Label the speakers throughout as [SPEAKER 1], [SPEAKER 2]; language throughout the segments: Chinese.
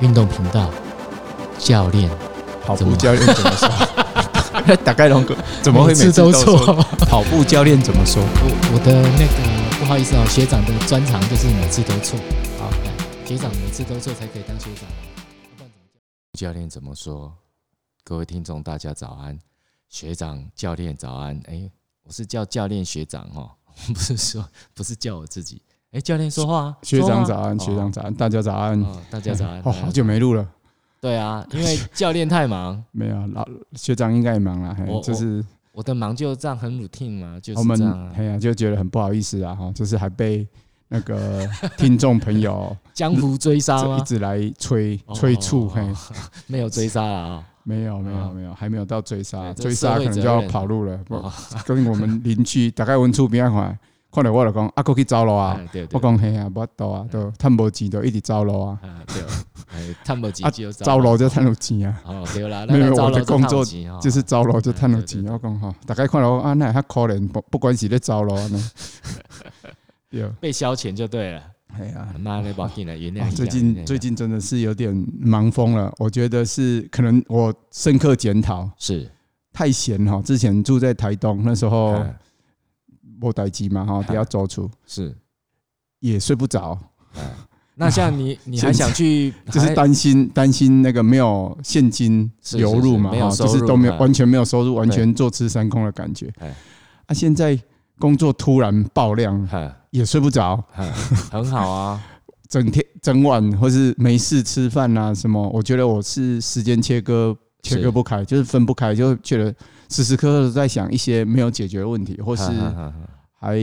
[SPEAKER 1] 运动频道教练，
[SPEAKER 2] 跑
[SPEAKER 1] 怎么
[SPEAKER 2] 步教练怎么说？ 打开龙哥怎么会每
[SPEAKER 1] 次
[SPEAKER 2] 次
[SPEAKER 1] 都
[SPEAKER 2] 都
[SPEAKER 1] 错
[SPEAKER 2] 错？？跑步教练怎么说？
[SPEAKER 1] 我
[SPEAKER 3] 啊
[SPEAKER 1] 我的那个不好意思哦，学长的专长就是每次都错。好，来，学长每次都错才可以当学长哦。要不然怎么
[SPEAKER 3] 教练怎么说？各位听众，大家早安，学长、教练早安。哎、我是叫教练学长哦， 不是说不是叫我自己。哎、教练说话啊，
[SPEAKER 2] 学
[SPEAKER 3] 说话
[SPEAKER 2] 长
[SPEAKER 3] 啊
[SPEAKER 2] 早安，
[SPEAKER 3] 哦
[SPEAKER 2] 学长早安，大家早安。
[SPEAKER 3] 哦，大家早安。
[SPEAKER 2] 哦，
[SPEAKER 3] 大家
[SPEAKER 2] 好久没录了，
[SPEAKER 3] 对啊，因为教练太忙，
[SPEAKER 2] 没有啊老学长应该也忙了，嘿
[SPEAKER 3] 我
[SPEAKER 2] 就是
[SPEAKER 3] 我的忙就这样很 routine 嘛，就
[SPEAKER 2] 我
[SPEAKER 3] 是
[SPEAKER 2] 们
[SPEAKER 3] 这样、啊
[SPEAKER 2] 哎。呀就觉得很不好意思啊，哈，就是还被那个 听众 朋友
[SPEAKER 3] 江湖追杀
[SPEAKER 2] 这一
[SPEAKER 3] 吗？
[SPEAKER 2] 直来催
[SPEAKER 3] 哦
[SPEAKER 2] 催促，
[SPEAKER 3] 哦
[SPEAKER 2] 嘿，
[SPEAKER 3] 没有追杀 啊、
[SPEAKER 2] 没有没有
[SPEAKER 3] 啊
[SPEAKER 2] 没有，还没有到追杀，
[SPEAKER 3] 对这
[SPEAKER 2] 追杀可能就要跑路了。
[SPEAKER 3] 哦。
[SPEAKER 2] 不
[SPEAKER 3] 哦，
[SPEAKER 2] 跟我们邻居大概温厝边看，看到我就讲啊，过去走路啊
[SPEAKER 3] 哎，对对
[SPEAKER 2] 我讲嘿啊，无度啊，
[SPEAKER 3] 嗯
[SPEAKER 2] 都趁无钱都一直走路啊，
[SPEAKER 3] 啊，对，哎，探不几
[SPEAKER 2] 啊
[SPEAKER 3] 就
[SPEAKER 2] 走路就趁有钱啊。
[SPEAKER 3] 哦，对 啦，
[SPEAKER 2] 没有
[SPEAKER 3] 那
[SPEAKER 2] 我
[SPEAKER 3] 招
[SPEAKER 2] 的
[SPEAKER 3] 楼
[SPEAKER 2] 工作
[SPEAKER 3] 哦
[SPEAKER 2] 就是走路就趁
[SPEAKER 3] 啊
[SPEAKER 2] 有
[SPEAKER 3] 哎对对
[SPEAKER 2] 钱，
[SPEAKER 3] 对
[SPEAKER 2] 我讲吼，大概看到啊，那较可怜，不不管是咧走 路安尼，对，
[SPEAKER 3] 被消遣就对了。
[SPEAKER 2] 哎呀，
[SPEAKER 3] 妈那把进来原谅
[SPEAKER 2] 啊
[SPEAKER 3] 一下。原谅
[SPEAKER 2] 最
[SPEAKER 3] 一
[SPEAKER 2] 近
[SPEAKER 3] 下
[SPEAKER 2] 最近真的是有点忙疯了，我觉得是可能我深刻检讨，
[SPEAKER 3] 是
[SPEAKER 2] 太闲哈。之前住在台东，那时候
[SPEAKER 3] 哦
[SPEAKER 2] 无代机嘛哈，
[SPEAKER 3] 啊
[SPEAKER 2] 比较走出
[SPEAKER 3] 是，
[SPEAKER 2] 也睡不着，
[SPEAKER 3] 那像 你你还想去
[SPEAKER 2] 就是
[SPEAKER 3] 还
[SPEAKER 2] 担心担心那个没有现金
[SPEAKER 3] 是
[SPEAKER 2] 流入嘛
[SPEAKER 3] 是是没有
[SPEAKER 2] 哈，
[SPEAKER 3] 收入
[SPEAKER 2] 就是都没有
[SPEAKER 3] 哎
[SPEAKER 2] 完全没有收入，完全坐吃山空的感觉
[SPEAKER 3] 哎。
[SPEAKER 2] 啊，现在工作突然爆量，
[SPEAKER 3] 哈
[SPEAKER 2] 也睡不着，
[SPEAKER 3] 哈很好啊，
[SPEAKER 2] 整天整晚或是没事吃饭啊什么，我觉得我是时间切割
[SPEAKER 3] 是
[SPEAKER 2] 切割不开，就是分不开，就觉得时时刻刻都在想一些没有解决的问题， 或
[SPEAKER 3] 不
[SPEAKER 2] 是
[SPEAKER 3] 是
[SPEAKER 2] 还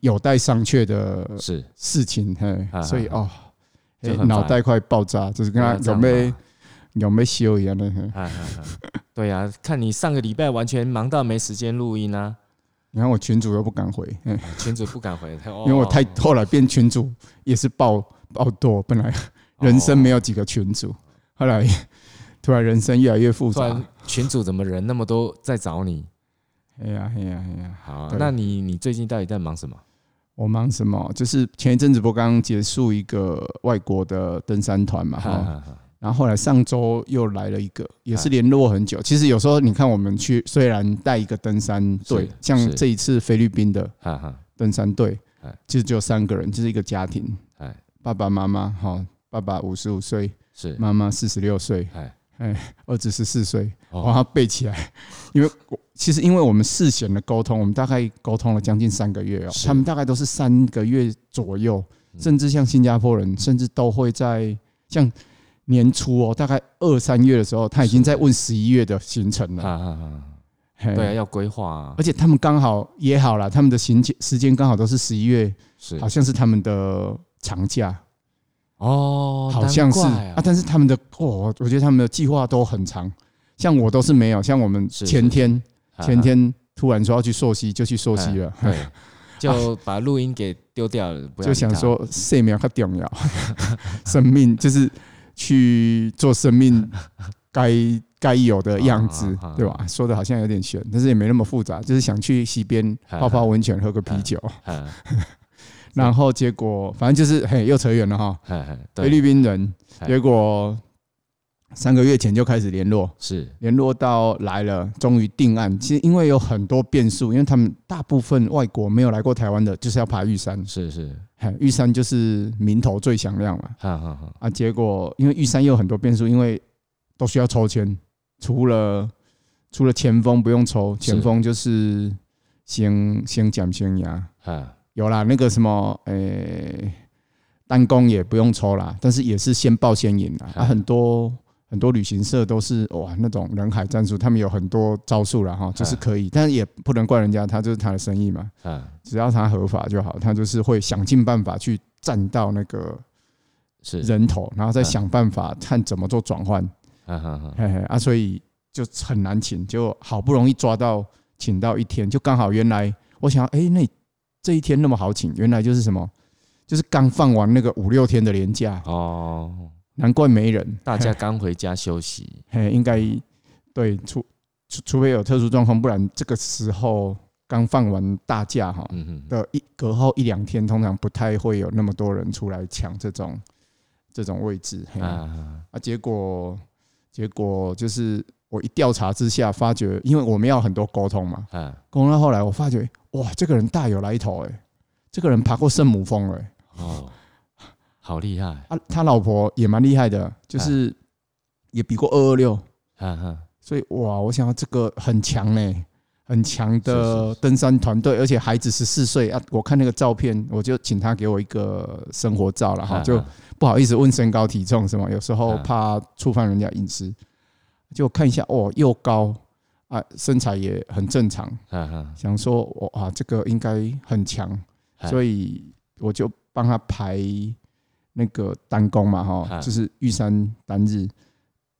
[SPEAKER 2] 有待商榷的
[SPEAKER 3] 是
[SPEAKER 2] 事情，嘿
[SPEAKER 3] 啊，
[SPEAKER 2] 所以
[SPEAKER 3] 啊
[SPEAKER 2] 哦，
[SPEAKER 3] 就
[SPEAKER 2] 嘿
[SPEAKER 3] 很烦
[SPEAKER 2] 脑袋快爆炸，就是跟
[SPEAKER 3] 不
[SPEAKER 2] 他
[SPEAKER 3] 要这
[SPEAKER 2] 有
[SPEAKER 3] 样
[SPEAKER 2] 没
[SPEAKER 3] 嘛
[SPEAKER 2] 有没修一样的。嘿
[SPEAKER 3] 哈哈哈对啊，看你上个礼拜完全忙到没时间录音啊，
[SPEAKER 2] 你看我群主又不敢回，嘿
[SPEAKER 3] 群主不敢回，哦因
[SPEAKER 2] 因为我太后来变群主也是爆爆多，本来人生
[SPEAKER 3] 哦
[SPEAKER 2] 没有几个群主，后来突然人生越来越复
[SPEAKER 3] 突
[SPEAKER 2] 杂
[SPEAKER 3] 然。群主怎么人那么多在找你？
[SPEAKER 2] 哎呀哎呀哎呀！
[SPEAKER 3] 好啊，
[SPEAKER 2] 对
[SPEAKER 3] 那你你最近到底在忙什么？
[SPEAKER 2] 我忙什么？就是前一阵子不刚结束一个外国的登山团嘛，
[SPEAKER 3] 哈
[SPEAKER 2] 哈，
[SPEAKER 3] 哈哈
[SPEAKER 2] 然后后来上周又来了一个，也是联络很久。其实有时候你看，我们去虽然带一个登山队
[SPEAKER 3] 是，
[SPEAKER 2] 像
[SPEAKER 3] 是
[SPEAKER 2] 这一次菲律宾的
[SPEAKER 3] 哈哈，
[SPEAKER 2] 登山队
[SPEAKER 3] 哎，
[SPEAKER 2] 其实只有三个人，就是一个家庭，
[SPEAKER 3] 哎
[SPEAKER 2] 爸爸妈妈，哈，爸爸五十五岁，
[SPEAKER 3] 是
[SPEAKER 2] 妈妈四十六岁，
[SPEAKER 3] 哎
[SPEAKER 2] 儿子十四岁，我把
[SPEAKER 3] 哦
[SPEAKER 2] 它背起来，因为我其实因为我们事前的沟通，我们大概沟通了将近三个月哦，
[SPEAKER 3] 是
[SPEAKER 2] 他们大概都是三个月左右，
[SPEAKER 3] 嗯
[SPEAKER 2] 甚至像新加坡人，甚至都会在像年初哦，大概二三月的时候，他已经在问十一月的行程了。
[SPEAKER 3] 哈哈哈，
[SPEAKER 2] 嘿
[SPEAKER 3] 啊对啊，，要规划啊
[SPEAKER 2] 而，且他们刚好也好了，他们的行前时间刚好都是十一月，
[SPEAKER 3] 是
[SPEAKER 2] 好像是他们的长假，
[SPEAKER 3] 哦，
[SPEAKER 2] 好像是
[SPEAKER 3] 难怪啊
[SPEAKER 2] 啊，但是他们的哦，我觉得他们的计划都很长，像我都是没有，像我们
[SPEAKER 3] 是
[SPEAKER 2] 前
[SPEAKER 3] 是
[SPEAKER 2] 天。
[SPEAKER 3] 哈哈
[SPEAKER 2] 啊前天突然说要去溯溪，就去溯溪了。
[SPEAKER 3] 哎 对，就把录音给丢掉了，不要
[SPEAKER 2] 就
[SPEAKER 3] 理他
[SPEAKER 2] 想说生命较重要， 生命就是去做 生命该该有的样子
[SPEAKER 3] 啊啊啊，
[SPEAKER 2] 对吧？说的好像有点悬，但是也没那么复杂，就是想去溪边
[SPEAKER 3] 啊
[SPEAKER 2] 泡泡温泉，喝个啤酒，
[SPEAKER 3] 嗯，
[SPEAKER 2] 然后结果反正就是嘿又扯远了哈。
[SPEAKER 3] 嗯嗯
[SPEAKER 2] 菲
[SPEAKER 3] 对，
[SPEAKER 2] 律宾人，
[SPEAKER 3] 哎
[SPEAKER 2] 结果三个月前就开始联络，
[SPEAKER 3] 是
[SPEAKER 2] 联络到来了，终于定案。其实因为有很多变数，因为他们大部分外国没有来过台湾的，就是要爬玉山，
[SPEAKER 3] 是是，
[SPEAKER 2] 嘿玉山就是名头最响亮嘛。
[SPEAKER 3] 哈哈哈，
[SPEAKER 2] 啊，结果因为玉山也有很多变数，因为都需要抽签，除了除了前锋不用抽，前锋就是先先讲先牙，
[SPEAKER 3] 哈，
[SPEAKER 2] 有啦，那个什么，诶、单攻也不用抽啦，但是也是先报先赢啦。啊，
[SPEAKER 3] 嗯
[SPEAKER 2] 很多很多旅行社都是哇那种人海战术，他们有很多招数啦哈，就是
[SPEAKER 3] 嗯
[SPEAKER 2] 可以，但是也不能怪人家，他就是他的生意嘛，
[SPEAKER 3] 嗯，
[SPEAKER 2] 只要他合法就好，他就是会想尽办法去占到那个
[SPEAKER 3] 是，
[SPEAKER 2] 人头，然后再
[SPEAKER 3] 嗯
[SPEAKER 2] 想办法看怎么做转换，
[SPEAKER 3] 哈哈哈，
[SPEAKER 2] 嘿嘿啊，所以就很难请，就好不容易抓到请到一天，就刚好原来我想要，哎、那这一天那么好请，原来就是什么，就是刚放完那个五六天的连假，
[SPEAKER 3] 哦，
[SPEAKER 2] 难怪没人，
[SPEAKER 3] 大家刚回家休息，
[SPEAKER 2] 嘿，应该对，除除除非有特殊状况，不然这个时候刚放完大假哈
[SPEAKER 3] 嗯哼，
[SPEAKER 2] 的一隔后一两天，通常不太会有那么多人出来抢这种这种位置。嘿啊
[SPEAKER 3] 啊，
[SPEAKER 2] 啊，结果结果就是我一调查之下发觉，因为我们要很多沟通嘛，
[SPEAKER 3] 嗯，
[SPEAKER 2] 沟通到后来我发觉，哇，这个人大有来头哎、这个人爬过圣母峰了、欸，
[SPEAKER 3] 哦，好厉害，
[SPEAKER 2] 啊，他老婆也蛮厉害的，
[SPEAKER 3] 哎
[SPEAKER 2] 就是也比过二二六，
[SPEAKER 3] 哈哈，
[SPEAKER 2] 所以哇，我想要这个很强呢、欸很强
[SPEAKER 3] 是是
[SPEAKER 2] 的
[SPEAKER 3] 是
[SPEAKER 2] 登山团队，而且孩子十四岁啊！我看那个照片，我就请他给我一个生活照了哈，就
[SPEAKER 3] 啊
[SPEAKER 2] 不好意思问身高体重什么，有时候
[SPEAKER 3] 嗯
[SPEAKER 2] 怕触犯人家隐私，就看一下哦，又高啊，身材也很正常，
[SPEAKER 3] 哈哈，
[SPEAKER 2] 想说我啊，这个应该很强，
[SPEAKER 3] 嗯
[SPEAKER 2] 所以我就帮他排那个单攻嘛哈，
[SPEAKER 3] 嗯
[SPEAKER 2] 就是玉山单日，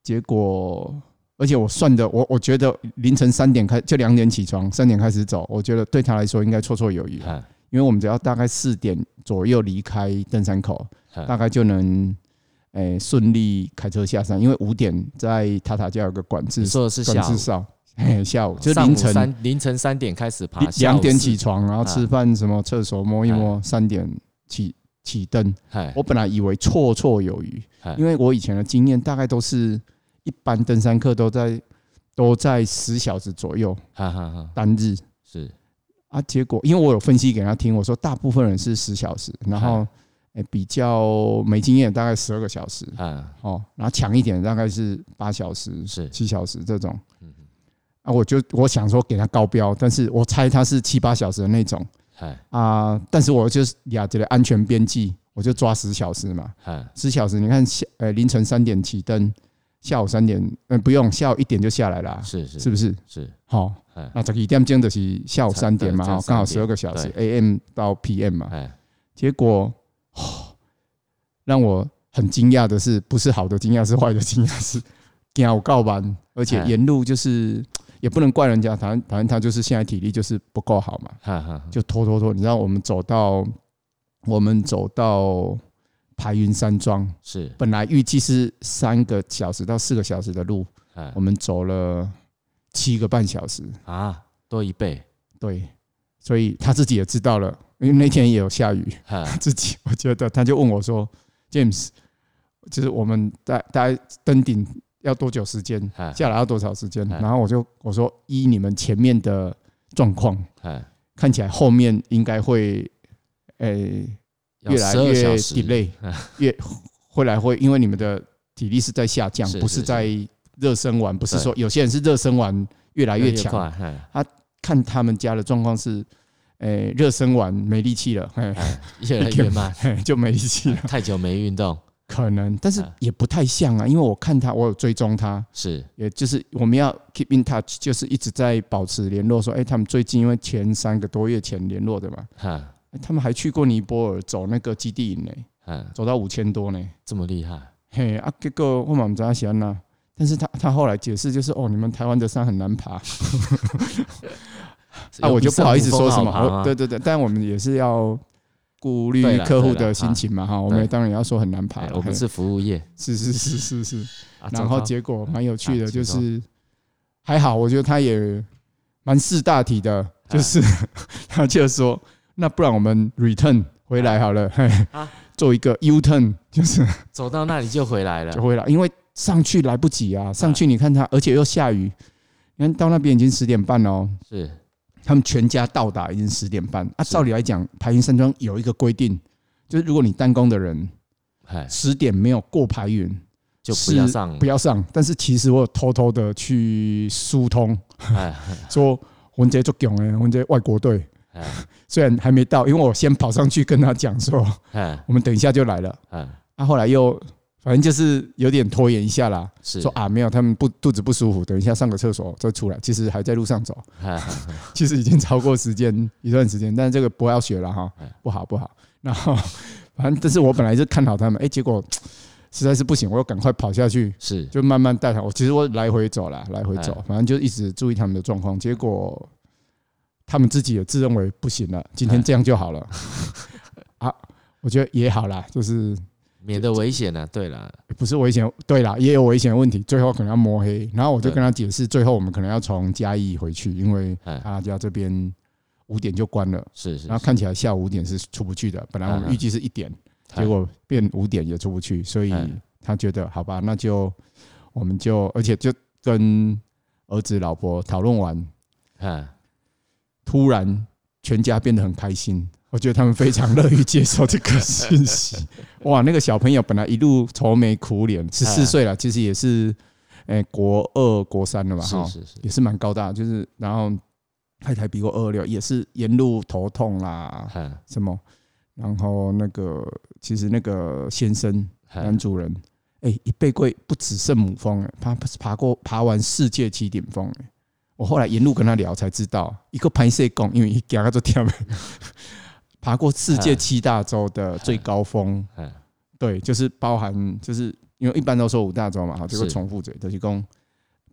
[SPEAKER 2] 结果。而且我算的，我我觉得凌晨三点开就两点起床，三点开始走，我觉得对他来说应该绰绰有余啊，
[SPEAKER 3] 哈
[SPEAKER 2] 因为我们只要大概四点左右离开登山口，
[SPEAKER 3] 哈
[SPEAKER 2] 大概就能诶顺、利开车下山，因为五点在塔塔加有个管制
[SPEAKER 3] 你说的是
[SPEAKER 2] 管
[SPEAKER 3] 下
[SPEAKER 2] 制
[SPEAKER 3] 午，哦
[SPEAKER 2] 哨，哎，下午就
[SPEAKER 3] 上午
[SPEAKER 2] 凌晨
[SPEAKER 3] 三凌晨三点开始爬
[SPEAKER 2] 两，
[SPEAKER 3] 下午
[SPEAKER 2] 两点
[SPEAKER 3] 四嗯
[SPEAKER 2] 起，床，然后吃饭什么厕所摸一摸，三点起起灯。
[SPEAKER 3] 嗨
[SPEAKER 2] 我本来以为绰绰有余，
[SPEAKER 3] 嗨
[SPEAKER 2] 因为我以前的经验大概都是一般登山客都在都在十小时左右
[SPEAKER 3] 哈哈哈，
[SPEAKER 2] 单日
[SPEAKER 3] 是
[SPEAKER 2] 啊，结果因为我有分析给他听，我说大部分人是十小时，然后
[SPEAKER 3] 嗨。
[SPEAKER 2] 诶比较没经验，大概十二个小时。
[SPEAKER 3] 啊，
[SPEAKER 2] 哦，然后强一点大概是八小时、
[SPEAKER 3] 是
[SPEAKER 2] 七小时这种
[SPEAKER 3] 嗯嗯
[SPEAKER 2] 啊，我就我想说给他高标，但是我猜他是七八小时的那种
[SPEAKER 3] 嗨
[SPEAKER 2] 啊，但是我就是呀这个安全边际，我就抓十小时嘛，
[SPEAKER 3] 嗨
[SPEAKER 2] 十小时你看下呃凌晨三点起灯，下午三点嗯、呃不用下午一点就下来啦，
[SPEAKER 3] 是是
[SPEAKER 2] 是不是？
[SPEAKER 3] 是，
[SPEAKER 2] 好、
[SPEAKER 3] 哎
[SPEAKER 2] 那这个一点钟就是下午
[SPEAKER 3] 差
[SPEAKER 2] 三点嘛，
[SPEAKER 3] 对
[SPEAKER 2] 哦刚好
[SPEAKER 3] 差
[SPEAKER 2] 十
[SPEAKER 3] 3
[SPEAKER 2] 二个小时
[SPEAKER 3] 点
[SPEAKER 2] ，AM 到 PM 嘛，
[SPEAKER 3] 哎
[SPEAKER 2] 结果、哦让我很惊讶的是，不是好的惊讶，是坏的惊讶，是 惊我告班，而且
[SPEAKER 3] 哎
[SPEAKER 2] 沿路就是也不能怪人家，反正反正他就是现在体力就是不够好嘛，
[SPEAKER 3] 哈哈哈，
[SPEAKER 2] 就拖拖拖。你知道我们走到我们走到排云山庄，
[SPEAKER 3] 是
[SPEAKER 2] 本来预计是三个小时到四个小时的路，
[SPEAKER 3] 哎
[SPEAKER 2] 我们走了七个半小时，
[SPEAKER 3] 啊，多一倍，
[SPEAKER 2] 对，所以他自己也知道了，因为那天也有下雨。
[SPEAKER 3] 哈
[SPEAKER 2] 自己，我觉得他就问我说：“James，就是我们大大概登顶要多久时间，
[SPEAKER 3] 哈
[SPEAKER 2] 下来要多少时间？”
[SPEAKER 3] 哎
[SPEAKER 2] 然后我就我说：“依你们前面的状况，
[SPEAKER 3] 哈，
[SPEAKER 2] 看起来后面应该会，呃，越来
[SPEAKER 3] 十二
[SPEAKER 2] 越
[SPEAKER 3] 小时啊
[SPEAKER 2] delay，越会来会，因为你们的体力是在下降，
[SPEAKER 3] 是
[SPEAKER 2] 不是
[SPEAKER 3] 是
[SPEAKER 2] 在热身完，不是
[SPEAKER 3] 对
[SPEAKER 2] 说有些人是热身完越来
[SPEAKER 3] 越
[SPEAKER 2] 强，
[SPEAKER 3] 快，哈
[SPEAKER 2] 看他们家的状况是。”诶，热身完没力气了，嘿，
[SPEAKER 3] 越来 越慢，
[SPEAKER 2] 嘿就没力气了。
[SPEAKER 3] 太久没运动，
[SPEAKER 2] 可能，嗯但是
[SPEAKER 3] 啊
[SPEAKER 2] 也不太像啊，因为我看他，我有追踪他，
[SPEAKER 3] 是
[SPEAKER 2] 也就是我们要 keep in touch，就是一直在保持联络，说，哎、他们最近因为前三个多月前联络的嘛，
[SPEAKER 3] 哈
[SPEAKER 2] 哎他们还去过尼泊尔走那个基地营呢、
[SPEAKER 3] 哈，
[SPEAKER 2] 走到五千多呢、
[SPEAKER 3] 这么厉害，
[SPEAKER 2] 嘿啊，结果我嘛不知道是安呐，但是他他后来解释就是，哦，你们台湾的山很难爬，啊，我就不好意思说什么，我对
[SPEAKER 3] 对
[SPEAKER 2] 对对，但我们也是要顾虑
[SPEAKER 3] 对啦
[SPEAKER 2] 客户
[SPEAKER 3] 对啦
[SPEAKER 2] 的心情嘛哈，我
[SPEAKER 3] 对
[SPEAKER 2] 们当然要说很难爬啦，
[SPEAKER 3] 哎我们
[SPEAKER 2] 嘿
[SPEAKER 3] 是服务业，
[SPEAKER 2] 是是是是是。
[SPEAKER 3] 啊
[SPEAKER 2] 然后
[SPEAKER 3] 糟糕
[SPEAKER 2] 结果蛮有趣
[SPEAKER 3] 啊
[SPEAKER 2] 的，就
[SPEAKER 3] 请
[SPEAKER 2] 是还好，我觉得他也蛮识大体的，
[SPEAKER 3] 啊
[SPEAKER 2] 就是他就说，那不然我们 return 回来好了，嘿
[SPEAKER 3] 啊
[SPEAKER 2] 做一个 U turn，就是
[SPEAKER 3] 走到那里就回来了
[SPEAKER 2] 就，回来，因为上去来不及啊，上去你看他，而且又下雨，你看到那边已经十点半了哦，
[SPEAKER 3] 是
[SPEAKER 2] 他们全家到达已经十点半啊。
[SPEAKER 3] 是
[SPEAKER 2] 照理来讲，排云山庄有一个规定，就是如果你单工的人
[SPEAKER 3] 哎，
[SPEAKER 2] 十点没有过排云，
[SPEAKER 3] 就不
[SPEAKER 2] 是
[SPEAKER 3] 要上
[SPEAKER 2] 不，要上。但是其实我有偷偷的去疏通，
[SPEAKER 3] 哎
[SPEAKER 2] 说文杰做囧哎，文杰外国队
[SPEAKER 3] 哎
[SPEAKER 2] 虽然还没到，因为我先跑上去跟他讲说，
[SPEAKER 3] 哎
[SPEAKER 2] 我们等一下就来了。
[SPEAKER 3] 哎，
[SPEAKER 2] 啊，后来又反正就是有点拖延一下啦，
[SPEAKER 3] 是
[SPEAKER 2] 说啊没有，他们不肚子不舒服，等一下上个厕所再出来。其实还在路上走，
[SPEAKER 3] 哎
[SPEAKER 2] 其实已经超过时间一段时间，但是这个不要学了哈
[SPEAKER 3] 哎，
[SPEAKER 2] 不好不好。 然后反正，但是我本来就看好他们，哎，结果实在是不行，我又赶快跑下去，
[SPEAKER 3] 是
[SPEAKER 2] 就慢慢带他。我其实我来回走啦，来回走
[SPEAKER 3] 哎，
[SPEAKER 2] 反正就一直注意他们的状况。结果他们自己也自认为不行了，
[SPEAKER 3] 哎
[SPEAKER 2] 今天这样就 好了。啊，我觉得也好啦，就是
[SPEAKER 3] 免得危险呢。对了，
[SPEAKER 2] 不是危险？对啦，也有危险的问题，最后可能要摸黑。然后我就
[SPEAKER 3] 对
[SPEAKER 2] 跟他解释，最后我们可能要从嘉义回去，因为
[SPEAKER 3] 哎
[SPEAKER 2] 他家这边五点就关了。
[SPEAKER 3] 是是
[SPEAKER 2] 然后看起来下午五点是出不去的，本来我
[SPEAKER 3] 嗯
[SPEAKER 2] 们
[SPEAKER 3] 嗯
[SPEAKER 2] 预计是一点，结果变五点也出不去，所以
[SPEAKER 3] 嗯
[SPEAKER 2] 他觉得好吧，那就我们就，而且就跟儿子老婆讨论完，
[SPEAKER 3] 嗯，
[SPEAKER 2] 突然全家变得很开心。我觉得他们非常乐于接受这个信 息。哇，那个小朋友本来一路愁眉苦
[SPEAKER 3] 哎
[SPEAKER 2] 脸，十四岁了，其实也是，诶、国二、国三了吧？
[SPEAKER 3] 是
[SPEAKER 2] 哈，
[SPEAKER 3] 是是，
[SPEAKER 2] 也是蛮高大，就是然后太太比我二六，也是沿路头痛啦，
[SPEAKER 3] 嗯
[SPEAKER 2] 什么，然后那个其实那个先生男
[SPEAKER 3] 嗯，
[SPEAKER 2] 主人，哎、一背跪不止圣母峰、欸，爬爬过爬完世界七顶峰、欸，我后来沿路跟他聊才知道，一个拍摄工，因为一给他做跳， 爬过世界七大洲的最高峰，
[SPEAKER 3] 嗯
[SPEAKER 2] 对，就是包含就是因为一般都说五大洲嘛，好，这个
[SPEAKER 3] 是
[SPEAKER 2] 重复嘴，德西宫